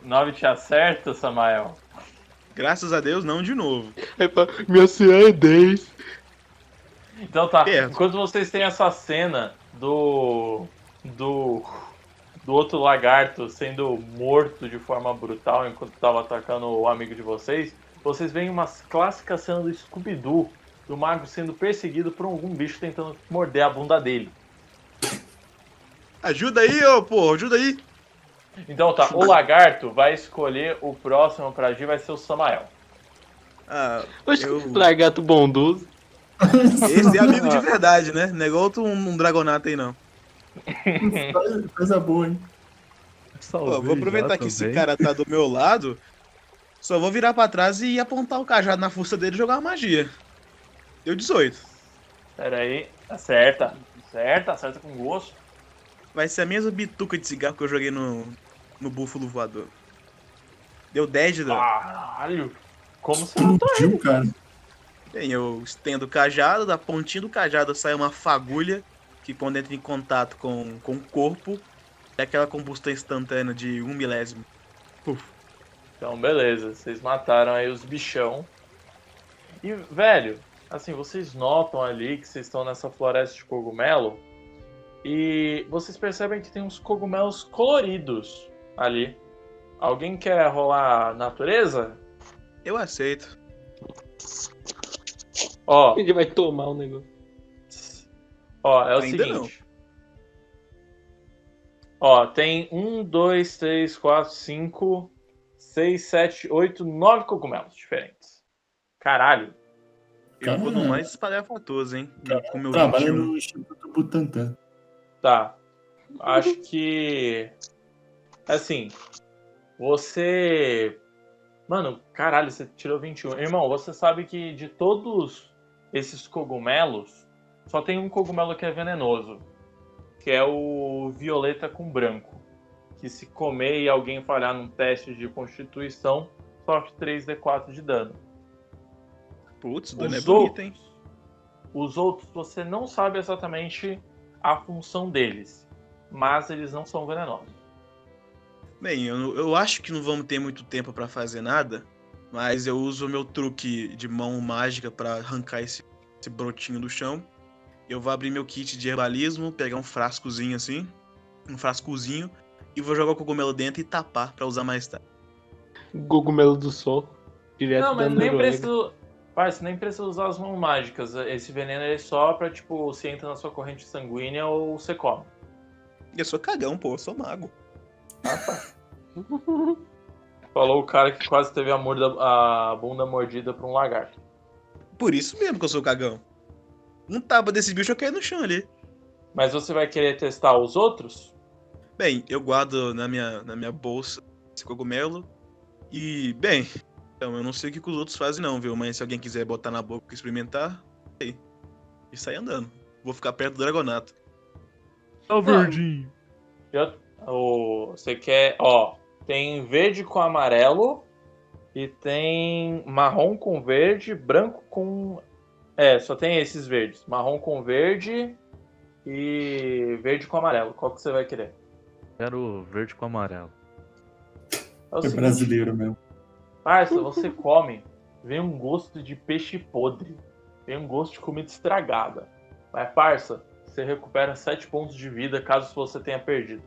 S3: 9 te acerta, Samael.
S5: Graças a Deus, não de novo.
S7: Aí fala, Minha senhora é 10.
S3: Então tá,
S5: É.
S3: enquanto vocês têm essa cena do. do. do outro lagarto sendo morto de forma brutal enquanto tava atacando o amigo de vocês, vocês veem uma clássica cena do Scooby-Doo, do mago sendo perseguido por algum bicho tentando morder a bunda dele.
S5: Ajuda aí, ô, porra, ajuda aí.
S3: Então tá, o lagarto vai escolher o próximo pra agir, vai ser o Samael.
S5: Ah,
S7: Oxe,
S5: Eu-
S7: largato bondoso.
S5: esse é amigo de verdade, né? Não é igual tu- um, um dragonato aí, não.
S3: É.
S6: Faz- Coisa boa, hein?
S5: Pô, vou aproveitar que esse cara tá do meu lado. Só vou virar pra trás e apontar o cajado na força dele e jogar uma magia. Deu 18.
S3: Pera aí, acerta, acerta, acerta com gosto.
S5: Vai ser a mesma bituca de cigarro que eu joguei no, no búfalo voador. Deu 10 de dano.
S3: Caralho, como você matou
S6: Explodiu, cara.
S5: Bem, eu estendo o cajado, da pontinha do cajado sai uma fagulha que quando entra em contato com, com o corpo, é aquela combustão instantânea de um milésimo.
S3: Então, beleza, vocês mataram aí os bichão. E, velho, assim, vocês notam ali que vocês estão nessa floresta de cogumelo e vocês percebem que tem uns cogumelos coloridos ali. Alguém quer rolar natureza?
S5: Eu aceito.
S3: Ó,
S7: Ele vai tomar o negócio.
S3: Ó, é o
S5: Ainda
S3: seguinte. Ó, tem um, dois, três, quatro, cinco, seis, sete, oito, nove cogumelos diferentes. Caralho.
S5: Eu vou no
S6: Caralho.
S5: mais espalhafatoso, hein? Com meu
S6: Trabalha
S5: 21.
S6: no Instituto Butantan.
S3: Tá. Acho que. Assim. Você. Mano, caralho, você tirou 21. Irmão, você sabe que de todos esses cogumelos, só tem um cogumelo que é venenoso. Que é o violeta com branco. Que se comer e alguém falhar num teste de constituição, sofre 3d4 de dano.
S5: Putz, o dono é
S3: Os
S5: bonito, hein?
S3: outros- Os outros você não sabe exatamente a função deles, mas eles não são venenosos.
S5: Bem, eu, eu acho que não vamos ter muito tempo pra fazer nada, mas eu uso o meu truque de mão mágica pra arrancar esse, esse brotinho do chão. Eu vou abrir meu kit de herbalismo, pegar um frascozinho assim, um frascozinho, e vou jogar o cogumelo dentro e tapar pra usar mais tarde.
S7: Cogumelo do sol. Direto
S3: Não,
S7: da
S3: mas nem
S7: Noruega.
S3: precisa. Parça, nem precisa usar as mãos mágicas. Esse veneno ele é só pra, tipo, se entra na sua corrente sanguínea ou você come.
S5: E eu sou cagão, pô, eu sou mago.
S3: Falou o cara que quase teve a, morda- a bunda mordida por um lagarto.
S5: Por isso mesmo que eu sou cagão. Um tapa desse bicho eu caí no chão ali.
S3: Mas você vai querer testar os outros?
S5: Bem, eu guardo na minha, na minha bolsa esse cogumelo. E, bem, então eu não sei o que, que os outros fazem, não, viu? Mas se alguém quiser botar na boca e experimentar, aí. E sair andando. Vou ficar perto do Dragonato.
S1: Tá verdinho.
S3: Já- o- você quer. Ó, tem verde com amarelo. E tem marrom com verde, branco com. É, só tem esses verdes. Marrom com verde e verde com amarelo. Qual que você vai querer?
S1: Quero verde com amarelo.
S3: É o
S6: É
S3: seguinte,
S6: brasileiro mesmo.
S3: Parça, você come, vem um gosto de peixe podre. Vem um gosto de comida estragada. Mas, parça, você recupera 7 pontos de vida caso você tenha perdido.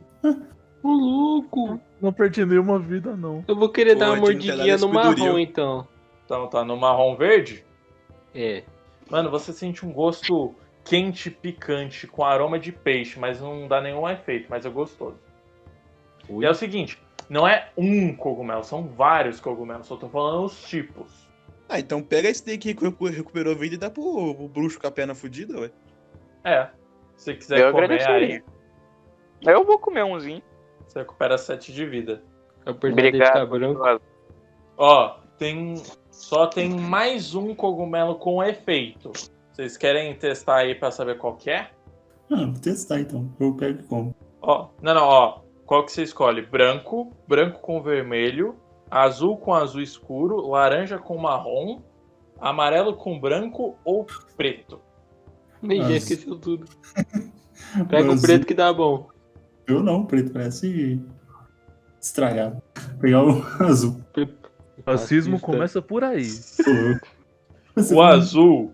S7: Ô, louco!
S1: Não perdi nenhuma vida, não.
S7: Eu vou querer dar uma
S5: Pô, tem que
S7: mordidinha
S5: dar
S7: no
S5: esse penduril.
S7: marrom, então.
S3: Então tá no marrom verde?
S7: É.
S3: Mano, você sente um gosto quente, picante, com aroma de peixe, mas não dá nenhum efeito, mas é gostoso.
S7: Ui.
S3: E é o seguinte, não é um cogumelo, são vários cogumelos, só tô falando os tipos.
S5: Ah, então pega esse daqui que recu- recuperou a vida e dá pro, pro bruxo com a perna fudida, ué.
S3: É, se você quiser
S4: Eu
S3: comer aí,
S4: agradeceria. Eu vou comer umzinho.
S3: você recupera 7 de vida.
S7: A perna dele tá branca.
S3: Ó, tem. Só tem mais um cogumelo com efeito. Vocês querem testar aí pra saber qual que é?
S6: Ah, vou testar então. Eu pego e como.
S3: Ó, não, não, ó. Qual que você escolhe? Branco, branco com vermelho, azul com azul escuro, laranja com marrom, amarelo com branco ou preto.
S7: Nem já
S6: Nossa.
S7: esqueceu tudo. Pega o
S6: Brasil.
S7: preto que dá bom.
S6: Eu não, preto parece estragado. Pegar o azul.
S1: Racismo
S7: Racista.
S1: começa por aí.
S6: Tô louco. Você
S3: O
S6: tá-
S3: azul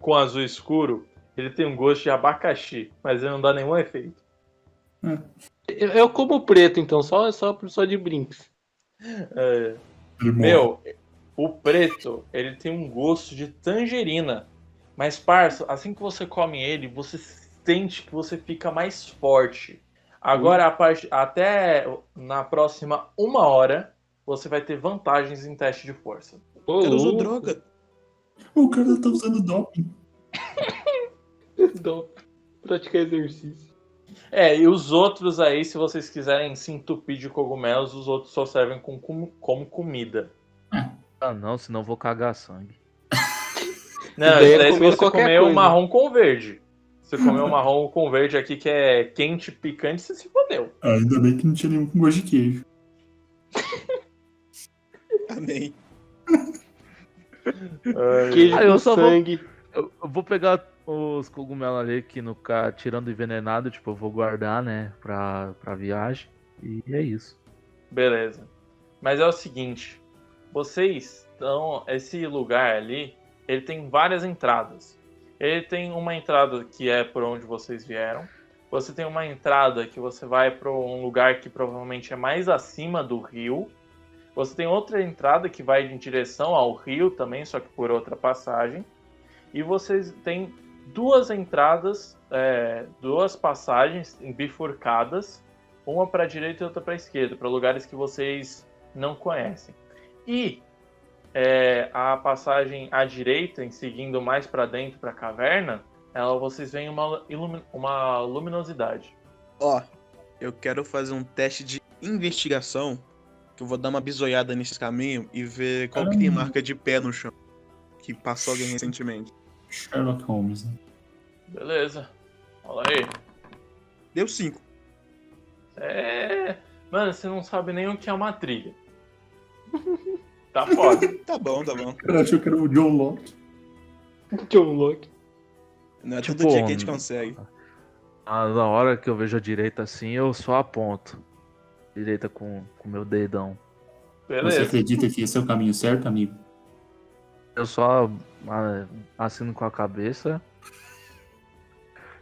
S3: com azul escuro, ele tem um gosto de abacaxi, mas ele não dá nenhum efeito.
S7: Eu, eu como preto, então, só, só, só de brinks.
S3: É.
S6: Ele morre.
S3: Meu, o preto, ele tem um gosto de tangerina. Mas, parça, assim que você come ele, você sente que você fica mais forte. Agora, a parte, até na próxima uma hora, você vai ter vantagens em teste de força.
S7: Ô,
S5: O cara usou
S7: louco.
S5: droga.
S6: O cara tá usando doping.
S7: Dó. Então, Praticar exercício.
S3: É, e os outros aí, se vocês quiserem se entupir de cogumelos, os outros só servem com, com- como comida.
S1: Ah, não, senão eu vou cagar sangue.
S3: Não,
S7: Daí
S3: isso daí se
S7: comer
S3: você
S7: qualquer
S3: comer o
S7: coisa.
S3: marrom com verde. Se você comer o marrom com verde aqui, que é quente, picante, você se fodeu.
S6: Ah, ainda bem que não tinha nenhum com gosto de queijo.
S5: Amém.
S7: Queijo
S1: Ah, eu
S7: com
S1: só vou-
S7: sangue.
S1: Eu, eu vou pegar os cogumelos ali que no ca... tirando envenenado, tipo, eu vou guardar, né, pra, pra viagem. E é isso.
S3: Beleza. Mas é o seguinte, vocês estão. Esse lugar ali, ele tem várias entradas. Ele tem uma entrada que é por onde vocês vieram. Você tem uma entrada que você vai para um lugar que provavelmente é mais acima do rio. Você tem outra entrada que vai em direção ao rio também, só que por outra passagem. E vocês têm duas entradas, é, duas passagens bifurcadas uma para direita e outra para esquerda, para lugares que vocês não conhecem. E é, a passagem à direita, em seguindo mais para dentro para a caverna, ela vocês veem uma, ilumi- uma luminosidade.
S5: Ó, eu quero fazer um teste de investigação. Que eu vou dar uma bisoiada nesses caminhos e ver qual que tem
S6: Caramba.
S5: marca de pé no chão. Que passou alguém recentemente.
S6: Sherlock Holmes, né?
S3: Beleza. Olha aí.
S5: Deu cinco.
S3: É... Mano, você não sabe nem o que é uma trilha. Tá foda.
S5: Tá bom, tá bom.
S6: O cara achou que era o John Locke.
S7: John Locke.
S5: Não é todo
S1: Tipo,
S5: dia que a gente
S1: um-
S5: consegue.
S1: Ah, na hora que eu vejo a direita assim, eu só aponto. direita com o meu dedão.
S6: Você
S3: Beleza.
S6: acredita que esse é o caminho certo, amigo?
S1: Eu só ah, assino com a cabeça.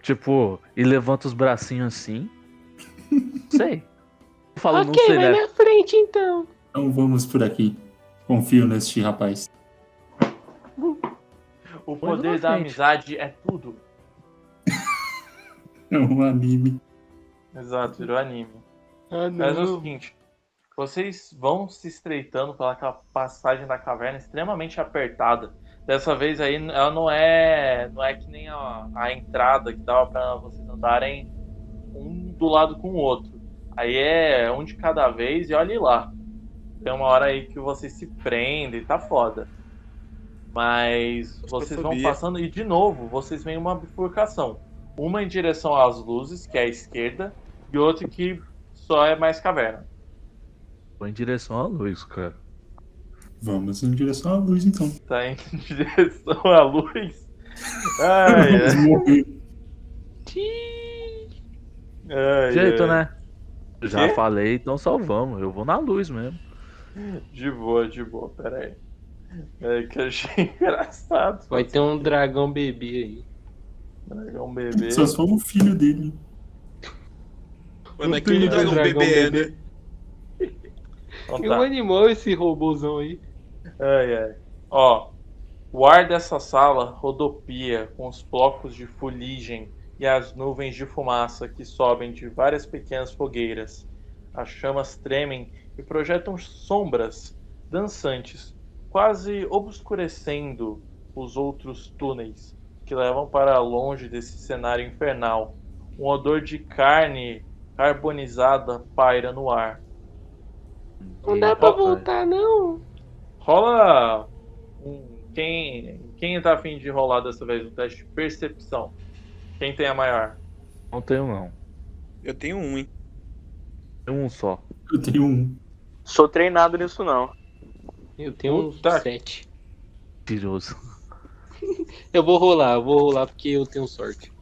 S1: Tipo, e levanto os bracinhos assim. Não sei. Eu falo, não
S4: ok,
S1: sei,
S4: vai
S1: né?
S4: na frente então.
S6: Então vamos por aqui. Confio neste rapaz.
S3: O
S1: Põe
S3: poder
S1: na
S3: da
S1: frente.
S3: amizade é tudo.
S6: É um anime.
S3: Exato, virou anime.
S7: Ah,
S3: Mas é o
S7: não.
S3: seguinte: vocês vão se estreitando pela ca- passagem da caverna extremamente apertada. Dessa vez aí ela não é. não é que nem a, a entrada que dava pra vocês andarem um do lado com o outro. Aí é um de cada vez e olhe lá. Tem uma hora aí que vocês se prendem, tá foda. Mas vocês vão
S5: Claustrofobia.
S3: passando e de novo vocês veem uma bifurcação. Uma em direção às luzes, que é a esquerda, e outra que só é mais caverna.
S1: Vou em direção à luz, cara.
S6: Vamos em direção à luz, então.
S3: Tá indo em direção à luz. Ai,
S6: Vamos morrer.
S3: ai, ai,
S1: Jeito,
S3: ai.
S1: né? Já
S3: É, Quê?
S1: falei, então só vamos. Eu vou na luz mesmo.
S3: De boa, de boa, peraí. É que eu achei engraçado.
S7: Vai ter um dragão bebê aí.
S3: Dragão um bebê.
S6: Só sou o filho dele.
S5: Mano, é que o dragão bebê é, né?
S3: Então
S7: Que
S3: tá.
S7: um animal esse robôzão aí.
S3: Ai, ai. Ó, o ar dessa sala rodopia com os blocos de fuligem e as nuvens de fumaça que sobem de várias pequenas fogueiras. As chamas tremem e projetam sombras dançantes, quase obscurecendo os outros túneis que levam para longe desse cenário infernal. Um odor de carne carbonizada paira no ar.
S4: Não dá pra
S1: Eita,
S7: tá,
S1: pai.
S4: voltar, não.
S3: Rola um. Quem, quem tá afim de rolar dessa vez um teste de percepção? Quem tem a maior?
S1: Não tenho, não.
S5: Eu tenho um, hein?
S1: Tenho um só.
S6: Eu tenho um.
S4: Sou treinado nisso, não.
S7: Eu tenho um
S3: Puta.
S7: sete.
S1: Tiroso.
S7: Eu vou rolar, eu vou rolar porque eu tenho sorte.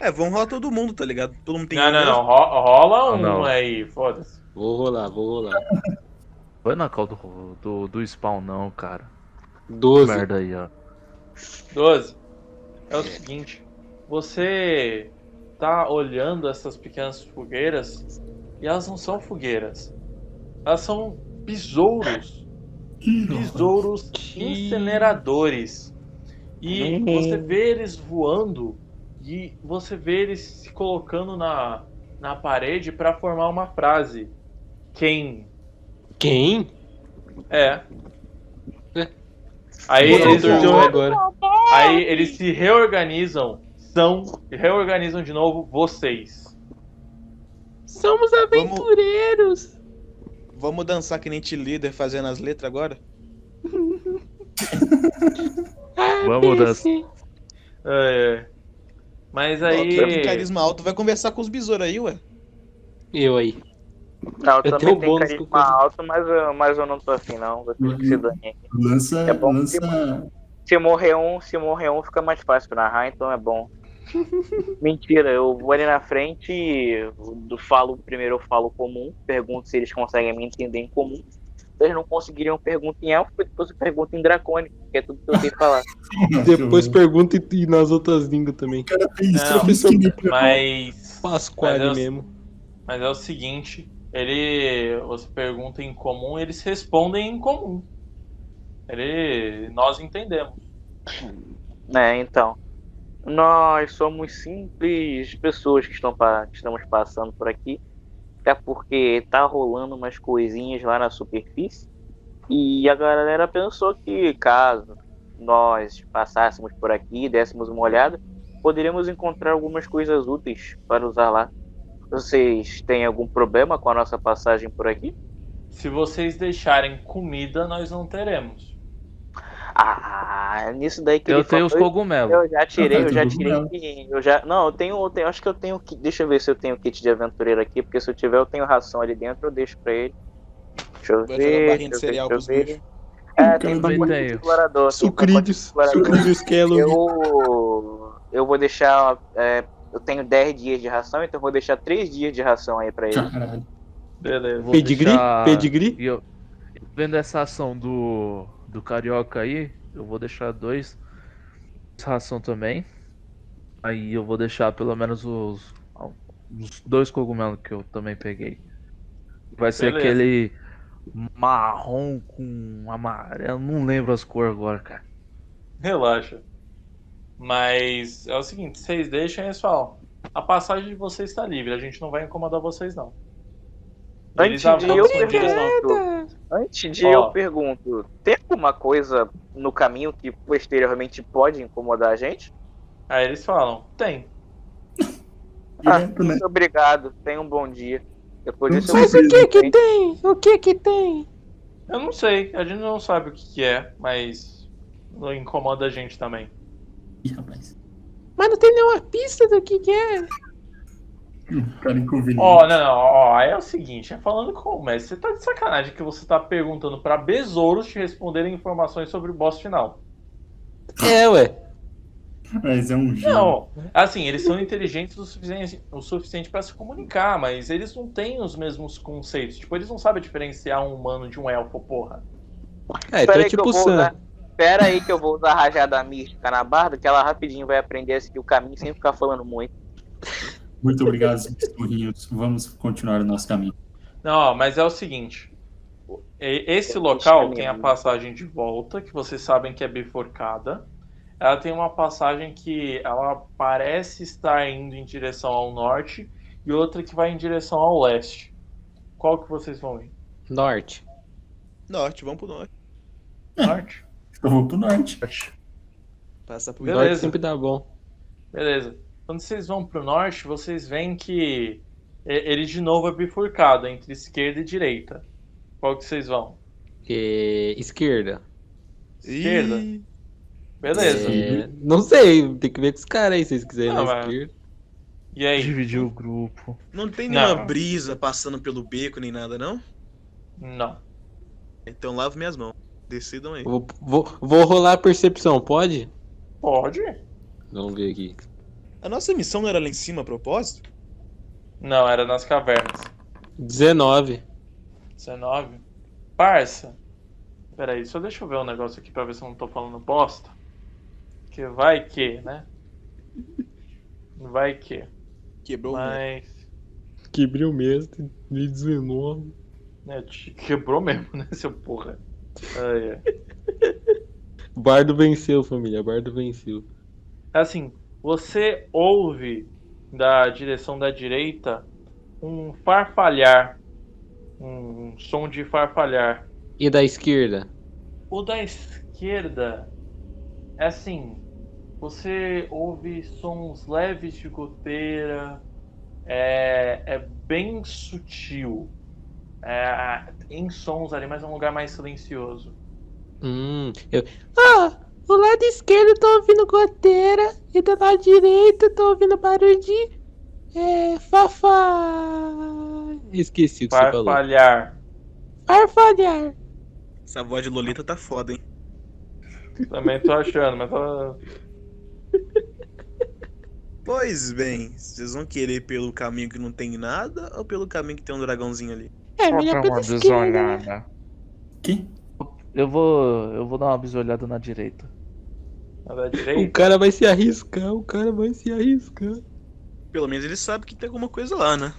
S5: É, vamos rolar todo mundo, tá ligado? Todo mundo tem
S3: não,
S5: um.
S3: não,
S5: né?
S3: não. ro- Rola um
S1: Não.
S3: aí, foda-se.
S7: Vou rolar, vou rolar.
S1: Foi na call do, do, do spawn, não, cara.
S7: Doze.
S1: Merda aí, ó.
S3: 12. É o seguinte. Você tá olhando essas pequenas fogueiras e elas não são fogueiras. Elas são besouros. besouros incineradores. E
S4: Uhum.
S3: você vê eles voando e você vê eles se colocando na, na parede para formar uma frase. Quem?
S7: Quem?
S3: É.
S7: É.
S3: Aí
S7: Botou
S3: eles,
S7: o dragão
S3: se-
S7: agora.
S3: aí eles se reorganizam, são, reorganizam de novo vocês.
S4: Somos aventureiros.
S5: Vamos dançar que nem te líder fazendo as letras agora?
S4: Ah,
S1: Vamos
S4: desse.
S3: É, é. Mas
S5: Ó, quem tem um
S3: aí.
S5: carisma alto vai conversar com os besouros aí, ué.
S7: Eu aí.
S4: Não, eu,
S7: Eu
S4: também
S7: tenho
S4: tenho
S7: bônus com
S4: carisma
S7: coisa.
S4: alto, mas eu, mas eu não tô afim, não. Vou ter que se dane.
S6: Lança.
S4: É bom
S6: lança.
S4: Se morrer um, se morrer um, fica mais fácil pra narrar, então é bom. Mentira, eu vou ali na frente e do- falo primeiro, eu falo comum, pergunto se eles conseguem me entender em comum. Se eles não conseguiriam, eu pergunto em élfico, depois eu pergunto em dracônico, que é tudo que eu sei falar.
S2: Depois pergunta e, e nas outras línguas também.
S3: Não, mas. Mas eu-
S2: Pasquale mesmo.
S3: Mas é o seguinte, ele. Você pergunta em comum, eles respondem em comum. Ele. Nós entendemos.
S4: É, então. Nós somos simples pessoas que, estão pa- que estamos passando por aqui. Até porque tá rolando umas coisinhas lá na superfície. E a galera pensou que caso nós passássemos por aqui e dessemos uma olhada, poderíamos encontrar algumas coisas úteis para usar lá. Vocês têm algum problema com a nossa passagem por aqui?
S3: Se vocês deixarem comida, nós não teremos.
S4: Ah, nisso daí que
S1: Eu
S4: ele
S1: tenho os
S4: falou,
S1: cogumelos.
S4: Eu já
S3: tá
S4: tirei, eu já
S6: Tudo
S4: tirei.
S6: bem.
S4: que- Eu já, não, eu tenho, eu tenho- acho que eu tenho kit. Deixa eu ver se eu tenho kit de aventureiro aqui, porque se eu tiver, eu tenho ração ali dentro, eu deixo pra ele. Deixa eu
S5: Vai jogar
S4: ver.
S5: barrinha de
S4: Deixa eu ver,
S5: cereal
S4: deixa eu
S5: pros
S4: ver.
S5: bichos.
S4: É,
S6: Eu
S4: tem
S6: também
S4: pacote de
S1: tenho.
S4: explorador. assim, tem pacote de
S2: Sucrilhos,
S4: explorador.
S2: sucrilhos Kellogg.
S4: Eu, eu vou deixar. é, eu tenho 10 dias de ração, então eu vou deixar 3 dias de ração aí pra ele.
S6: Caralho.
S3: Beleza.
S1: Vou
S2: Pedigree?
S1: deixar-
S2: Pedigree?
S1: E eu, vendo essa ação do, do Carioca aí, eu vou deixar dois. Essa ação também. Aí eu vou deixar pelo menos os, os dois cogumelos que eu também peguei. Vai ser
S3: Beleza.
S1: aquele marrom com amarelo. Não lembro as cores agora, cara.
S3: Relaxa. Mas é o seguinte, vocês deixam e eles falam. A passagem de vocês está livre, a gente não vai incomodar vocês, não.
S4: Antes
S3: Eles
S4: de
S3: avançam né?
S4: eu
S3: em direção ao truque.
S4: pergunto. Antes de
S3: Ó.
S4: eu pergunto, tem alguma coisa no caminho que posteriormente pode incomodar a gente?
S3: Aí eles falam, tem.
S4: Ah,
S6: Direto, né?
S4: muito obrigado, tenha um bom dia. Depois
S6: Não
S4: disso
S6: sei
S4: eu
S6: se
S4: vou-
S6: ele-
S3: Eu não sei, a gente não sabe o que, que é, mas não incomoda a gente também.
S6: Ih, rapaz.
S8: Mas não tem nenhuma pista do que, que é.
S6: O cara inconveniente.
S3: Ó, não, não, ó, aí é o seguinte, é falando com o mestre, você tá de sacanagem que você tá perguntando pra besouros te responderem informações sobre o boss final.
S2: É, ué.
S6: Mas é um gênio.
S3: Não, assim, eles são inteligentes o suficiente, o suficiente para se comunicar, mas eles não têm os mesmos conceitos. Tipo, eles não sabem diferenciar um humano de um elfo, porra.
S2: É, então
S4: Pera
S2: é
S4: aí que eu
S2: tipo o
S4: vou né?
S2: Sam.
S4: usar- Pera aí que eu vou usar a rajada mística na barda, que ela rapidinho vai aprender a seguir o caminho sem ficar falando muito.
S6: Muito obrigado, bisturrinhos. Vamos continuar o nosso caminho.
S3: Não, ó, mas é o seguinte. o- e- Esse
S4: Eu
S3: local
S4: acho que é
S3: tem a
S4: mesmo.
S3: passagem de volta, que vocês sabem que é bifurcada. Ela tem uma passagem que ela parece estar indo em direção ao norte e outra que vai em direção ao leste. Qual que vocês vão ir?
S7: Norte.
S5: Norte, vamos pro norte.
S3: Norte?
S6: Eu vou pro norte.
S5: Passar pro
S3: Beleza.
S5: norte.
S7: Norte sempre dá bom.
S3: Beleza. Quando vocês vão pro norte, vocês veem que e- ele de novo é bifurcado entre esquerda e direita. Qual que vocês vão?
S7: É, esquerda.
S3: Esquerda?
S5: Ih,
S3: Beleza.
S7: É, não sei, tem que ver com os caras aí, se vocês quiserem
S3: Não,
S7: na
S3: mas-
S7: esquerda.
S3: E aí?
S1: Dividir o grupo.
S5: Não tem
S3: Não.
S5: nenhuma brisa passando pelo beco nem nada, não?
S3: Não.
S5: Então lavo minhas mãos. Decidam aí.
S7: Eu Vou, vou, vou rolar a percepção, pode?
S3: Pode?
S7: Vamos ver aqui.
S5: A nossa missão não era lá em cima a propósito?
S3: Não, era nas cavernas.
S7: 19.
S3: 19. Parça. Peraí, só deixa eu ver um negócio aqui pra ver se eu não tô falando bosta. Que vai que, né? Vai que.
S5: Quebrou o mundo.
S3: Mas.
S7: Quebrei o mestre, me 19.
S3: né, te quebrou mesmo, né, seu porra? Ai, ai.
S7: Bardo venceu, família. Bardo venceu.
S3: assim, você ouve da direção da direita um farfalhar, um som de farfalhar.
S7: E da esquerda?
S3: O da esquerda é assim, você ouve sons leves de goteira, é, é bem sutil. É, em sons ali, mas é um lugar mais silencioso.
S7: Hum, eu,
S8: Ó, do lado esquerdo eu tô ouvindo goteira e do lado direito eu tô ouvindo barulho de. É. Fafá.
S7: esqueci o que você falou.
S3: Farfalhar.
S8: Farfalhar.
S5: Essa voz de Lolita tá foda, hein?
S3: Também tô achando, mas tá-
S5: Pois bem, vocês vão querer pelo caminho que não tem nada ou pelo caminho que tem um dragãozinho ali?
S8: É,
S1: Vou
S8: melhor
S1: dar
S8: pela
S1: uma
S8: esquerda. né?
S1: bisolhada.
S6: Que?
S1: Eu vou. Eu vou dar uma bisolhada na direita.
S3: na da direita.
S7: O cara vai se arriscar, o cara vai se arriscar.
S5: Pelo menos ele sabe que tem alguma coisa lá, né?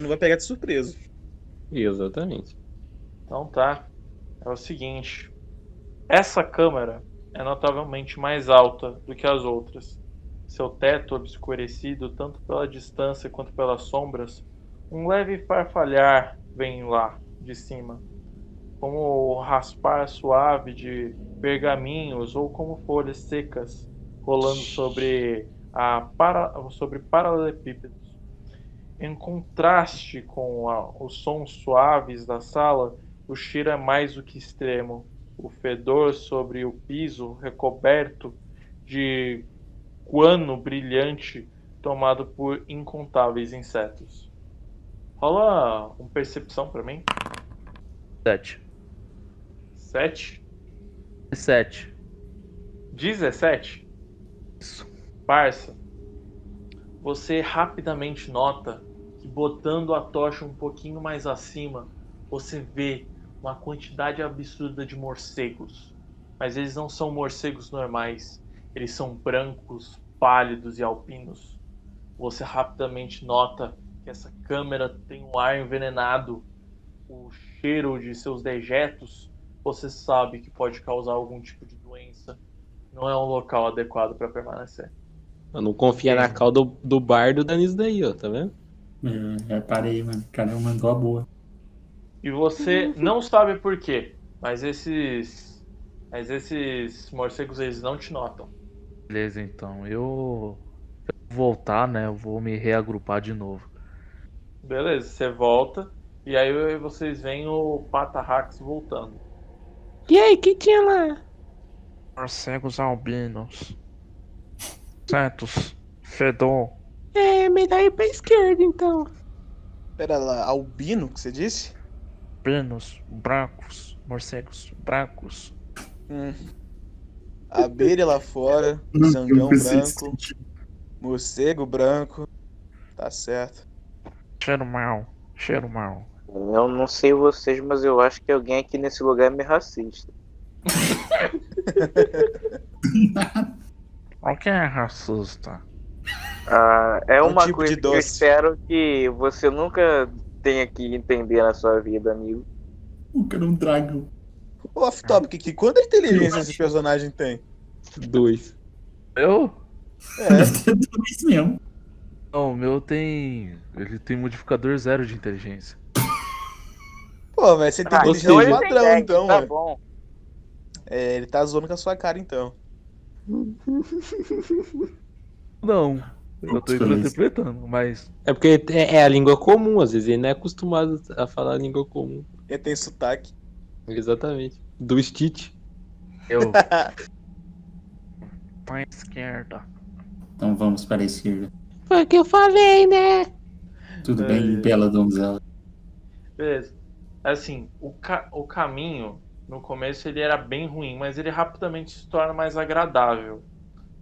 S5: Não vai pegar de surpresa.
S7: Exatamente.
S3: Então tá. É o seguinte. Essa câmara é notavelmente mais alta do que as outras. Seu teto obscurecido tanto pela distância quanto pelas sombras, um leve farfalhar vem lá de cima, como o raspar suave de pergaminhos ou como folhas secas rolando sobre a para, sobre paralelepípedos. Em contraste com a- os sons suaves da sala, o cheiro é mais do que extremo. O fedor sobre o piso, recoberto de guano brilhante, tomado por incontáveis insetos. Rola uma percepção pra mim.
S1: Sete.
S3: 7?
S1: Sete.
S3: 17?
S1: Isso.
S3: Parça, você rapidamente nota que Botando a tocha um pouquinho mais acima, você vê uma quantidade absurda de morcegos. Mas eles não são morcegos normais. Eles são brancos, pálidos e alpinos. Você rapidamente nota que essa câmera tem um ar envenenado. O cheiro de seus dejetos, você sabe que pode causar algum tipo de doença. Não é um local adequado para permanecer.
S9: Eu não confia na cal do, do bardo dando isso daí, ó, tá vendo?
S6: Eu reparei, É, mano. O cara mandou a boa.
S3: E você não sabe por quê, mas esses mas esses morcegos eles não te notam.
S1: Beleza, então. Eu. eu vou voltar, né? Eu vou me reagrupar de novo.
S3: Beleza, você volta e aí vocês veem o Patarrax voltando.
S8: E aí, que tinha lá?
S1: Morcegos albinos. Santos. Fedor.
S8: É, melhor ir pra esquerda então.
S5: Pera lá, albino que você disse?
S1: Albinos. Brancos. Morcegos. Brancos.
S5: Hum. Abelha lá fora,
S6: Não,
S5: zangão
S6: não fez
S5: branco,
S6: sentido.
S5: morcego branco. Tá certo.
S1: Cheiro mal. Cheiro mal.
S4: Eu não sei vocês, mas eu acho que alguém aqui nesse lugar é meio racista.
S1: Qual que é racista?
S4: Ah, é
S5: um
S4: uma
S5: tipo
S4: coisa
S5: de
S4: que eu
S5: doce.
S4: espero que você nunca tenha que entender na sua vida, amigo.
S6: O cara é um dragão.
S5: Off topic aqui, quanta inteligência esse personagem tem?
S2: Dois.
S1: Eu?
S5: É,
S6: Deve ter dois mesmo.
S1: Não, o meu tem. Ele tem modificador zero de inteligência.
S5: pô, velho, você tem
S4: Ah,
S5: inteligência
S4: então ele tem
S5: padrão,
S4: 10,
S5: então,
S4: tá
S5: ué.
S4: bom.
S5: É, ele tá zoando com a sua cara, então.
S1: Não. Eu tô
S6: Nossa,
S1: interpretando, mas.
S9: É porque é, é a língua comum, às vezes ele não é acostumado a falar a língua comum.
S5: Ele tem sotaque.
S9: Exatamente. Do Stitch.
S1: Eu. Pra Tá esquerda.
S6: Então vamos para a esquerda.
S8: Foi o que eu falei, né?
S6: Tudo
S3: É.
S6: bem, bela donzela.
S3: Beleza. Assim, o, ca o caminho, no começo ele era bem ruim, mas ele rapidamente se torna mais agradável.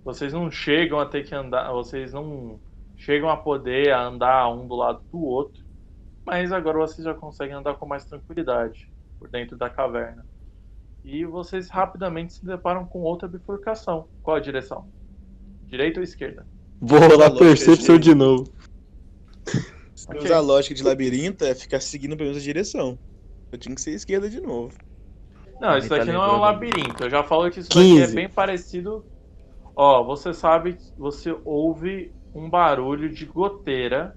S3: Vocês não chegam a ter que andar, vocês não chegam a poder andar um do lado do outro, mas agora vocês já conseguem andar com mais tranquilidade por dentro da caverna. E vocês rapidamente se deparam com outra bifurcação. Qual a direção? Direita ou esquerda?
S2: Vou rolar
S6: é
S5: Falou,
S2: Perception
S5: fechei.
S2: de novo.
S5: Se eu usar a lógica de labirinto, é ficar seguindo pela mesma direção. Eu tinha que ser esquerda de novo.
S3: Não,
S1: Ah,
S3: isso
S1: ele tá
S3: daqui não é um
S1: lembrando.
S3: labirinto. Eu já falo que isso daqui é
S2: 15.
S3: bem parecido. Ó, você sabe, que você ouve um barulho de goteira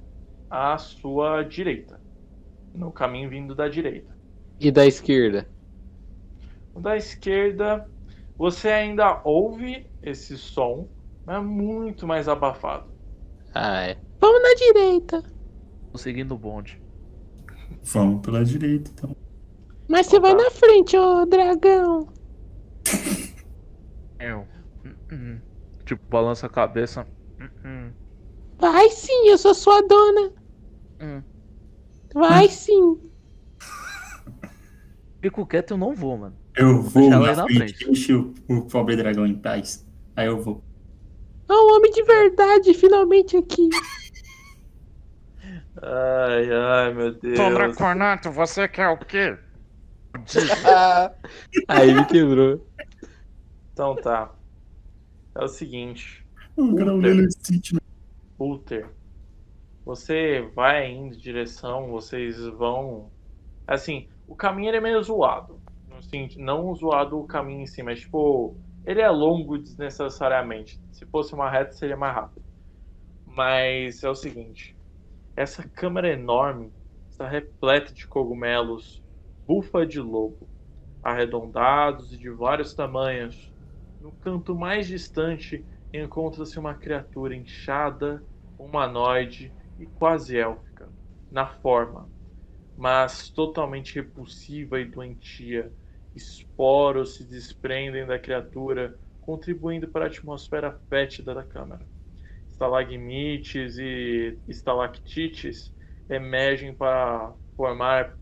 S3: à sua direita. No caminho vindo da direita.
S9: E da esquerda.
S3: O Da esquerda, você ainda ouve esse som, mas muito mais abafado.
S9: Ah, é.
S8: Vamos na direita.
S1: Tô seguindo o bonde.
S6: Vamos pela direita, então.
S8: Mas você vai na frente, ô dragão.
S1: Eu. Hum, hum. É um. Tipo, balança a cabeça. Hum, hum.
S8: Vai sim, eu sou sua dona.
S1: Hum.
S8: Vai sim.
S1: Fico quieto, eu não vou, mano.
S6: Eu vou
S1: Deixa ela
S6: na
S1: ir na
S6: frente,
S1: frente.
S6: deixa o, o pobre dragão em paz. Aí eu vou.
S8: É um homem de verdade, finalmente aqui.
S3: Ai, ai, meu Deus.
S1: Tondra Cornato, você quer o quê?
S5: Ah,
S9: Aí me quebrou.
S3: Então tá. É o seguinte.
S6: O cara
S3: Puta.
S6: olhando esse sítio.
S3: Ulter, você vai indo em direção, vocês vão. Assim, o caminho ele é meio zoado. No senti- não zoado o caminho em si, mas tipo, ele é longo desnecessariamente. Se fosse uma reta, seria mais rápido. Mas é o seguinte: essa câmara enorme está repleta de cogumelos, bufa de lobo, arredondados e de vários tamanhos. No canto mais distante encontra-se uma criatura inchada, humanoide e quase élfica, na forma, mas totalmente repulsiva e doentia. Esporos se desprendem da criatura, contribuindo para a atmosfera fétida da câmara. Estalagmites e estalactites emergem para formar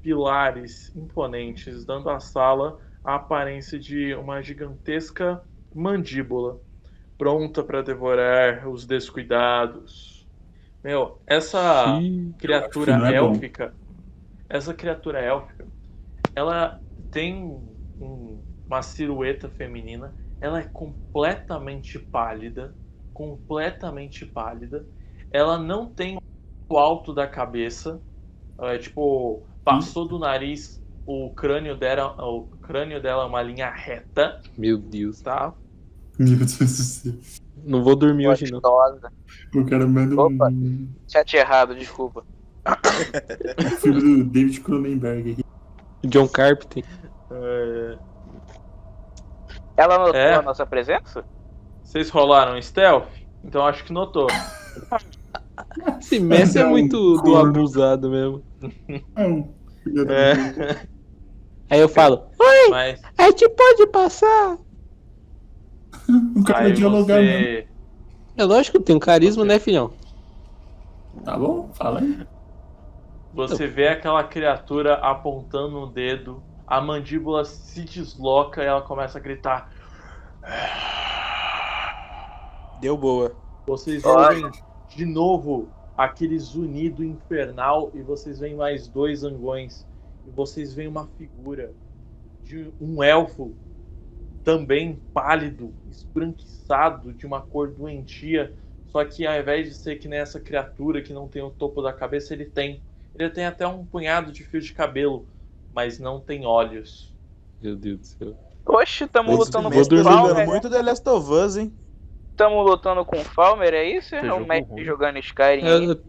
S3: pilares imponentes, dando à sala a aparência de uma gigantesca mandíbula pronta para devorar os descuidados. Meu,
S6: Ah.
S3: essa
S2: Ih,
S3: criatura
S6: Não é bom.
S3: élfica. Essa criatura élfica, ela tem um- uma silhueta feminina. Ela é completamente pálida. Completamente pálida. Ela não tem o alto da cabeça. ela é tipo, passou do nariz, o crânio dela, o crânio dela é uma linha reta,
S9: Meu Deus.
S3: tá?
S6: Meu Deus do céu.
S9: Não vou dormir hoje, não.
S4: Gostosa.
S6: O cara manda
S4: Opa.
S6: um
S4: Chat errado, desculpa.
S6: filme do David Cronenberg aqui.
S9: John Carpenter.
S3: É,
S4: Ela notou
S3: É.
S4: a nossa presença?
S3: Vocês rolaram stealth? Então acho que notou.
S9: Esse Messi é
S6: Não,
S9: muito do
S6: corno.
S9: abusado mesmo.
S6: É um filho da-
S3: É,
S9: Aí eu falo,
S3: mas
S8: A gente pode passar?
S6: O Um cara vai
S3: aí
S6: dialogar mesmo.
S3: você,
S9: é lógico que tem carisma, né, filhão?
S6: Tá bom? Fala aí.
S3: você vê aquela criatura apontando um dedo, a mandíbula se desloca e ela começa a gritar.
S5: Deu boa.
S3: Vocês
S4: Olha.
S3: ouvem de novo aquele zunido infernal e vocês veem mais dois angões. E vocês veem uma figura de um elfo também pálido, esbranquiçado, de uma cor doentia. Só que ao invés de ser que nem essa criatura que não tem o topo da cabeça, ele tem. Ele tem até um punhado de fio de cabelo, mas não tem olhos.
S9: Meu Deus do céu.
S4: Oxe, tamo
S5: Esse
S4: lutando né?
S5: mestre
S4: com o
S5: tá jogando
S4: Palmer.
S5: muito The Last of Us, hein?
S4: Tamo lutando com o Palmer, é isso?
S1: Você
S4: É o
S1: jogou
S4: mestre
S1: ruim.
S4: jogando Skyrim.
S9: É,
S4: aí.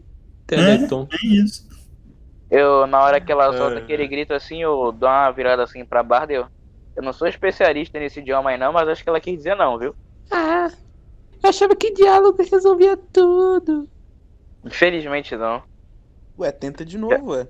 S9: Teleton.
S6: É isso.
S4: Eu, na hora que ela
S5: É.
S4: solta aquele grito assim, eu dou uma virada assim pra Barda. Eu, eu não sou especialista nesse idioma aí não, mas acho que ela quis dizer não, viu?
S8: Ah, eu achava que diálogo resolvia tudo.
S4: Infelizmente não.
S5: Ué, tenta de novo, ué.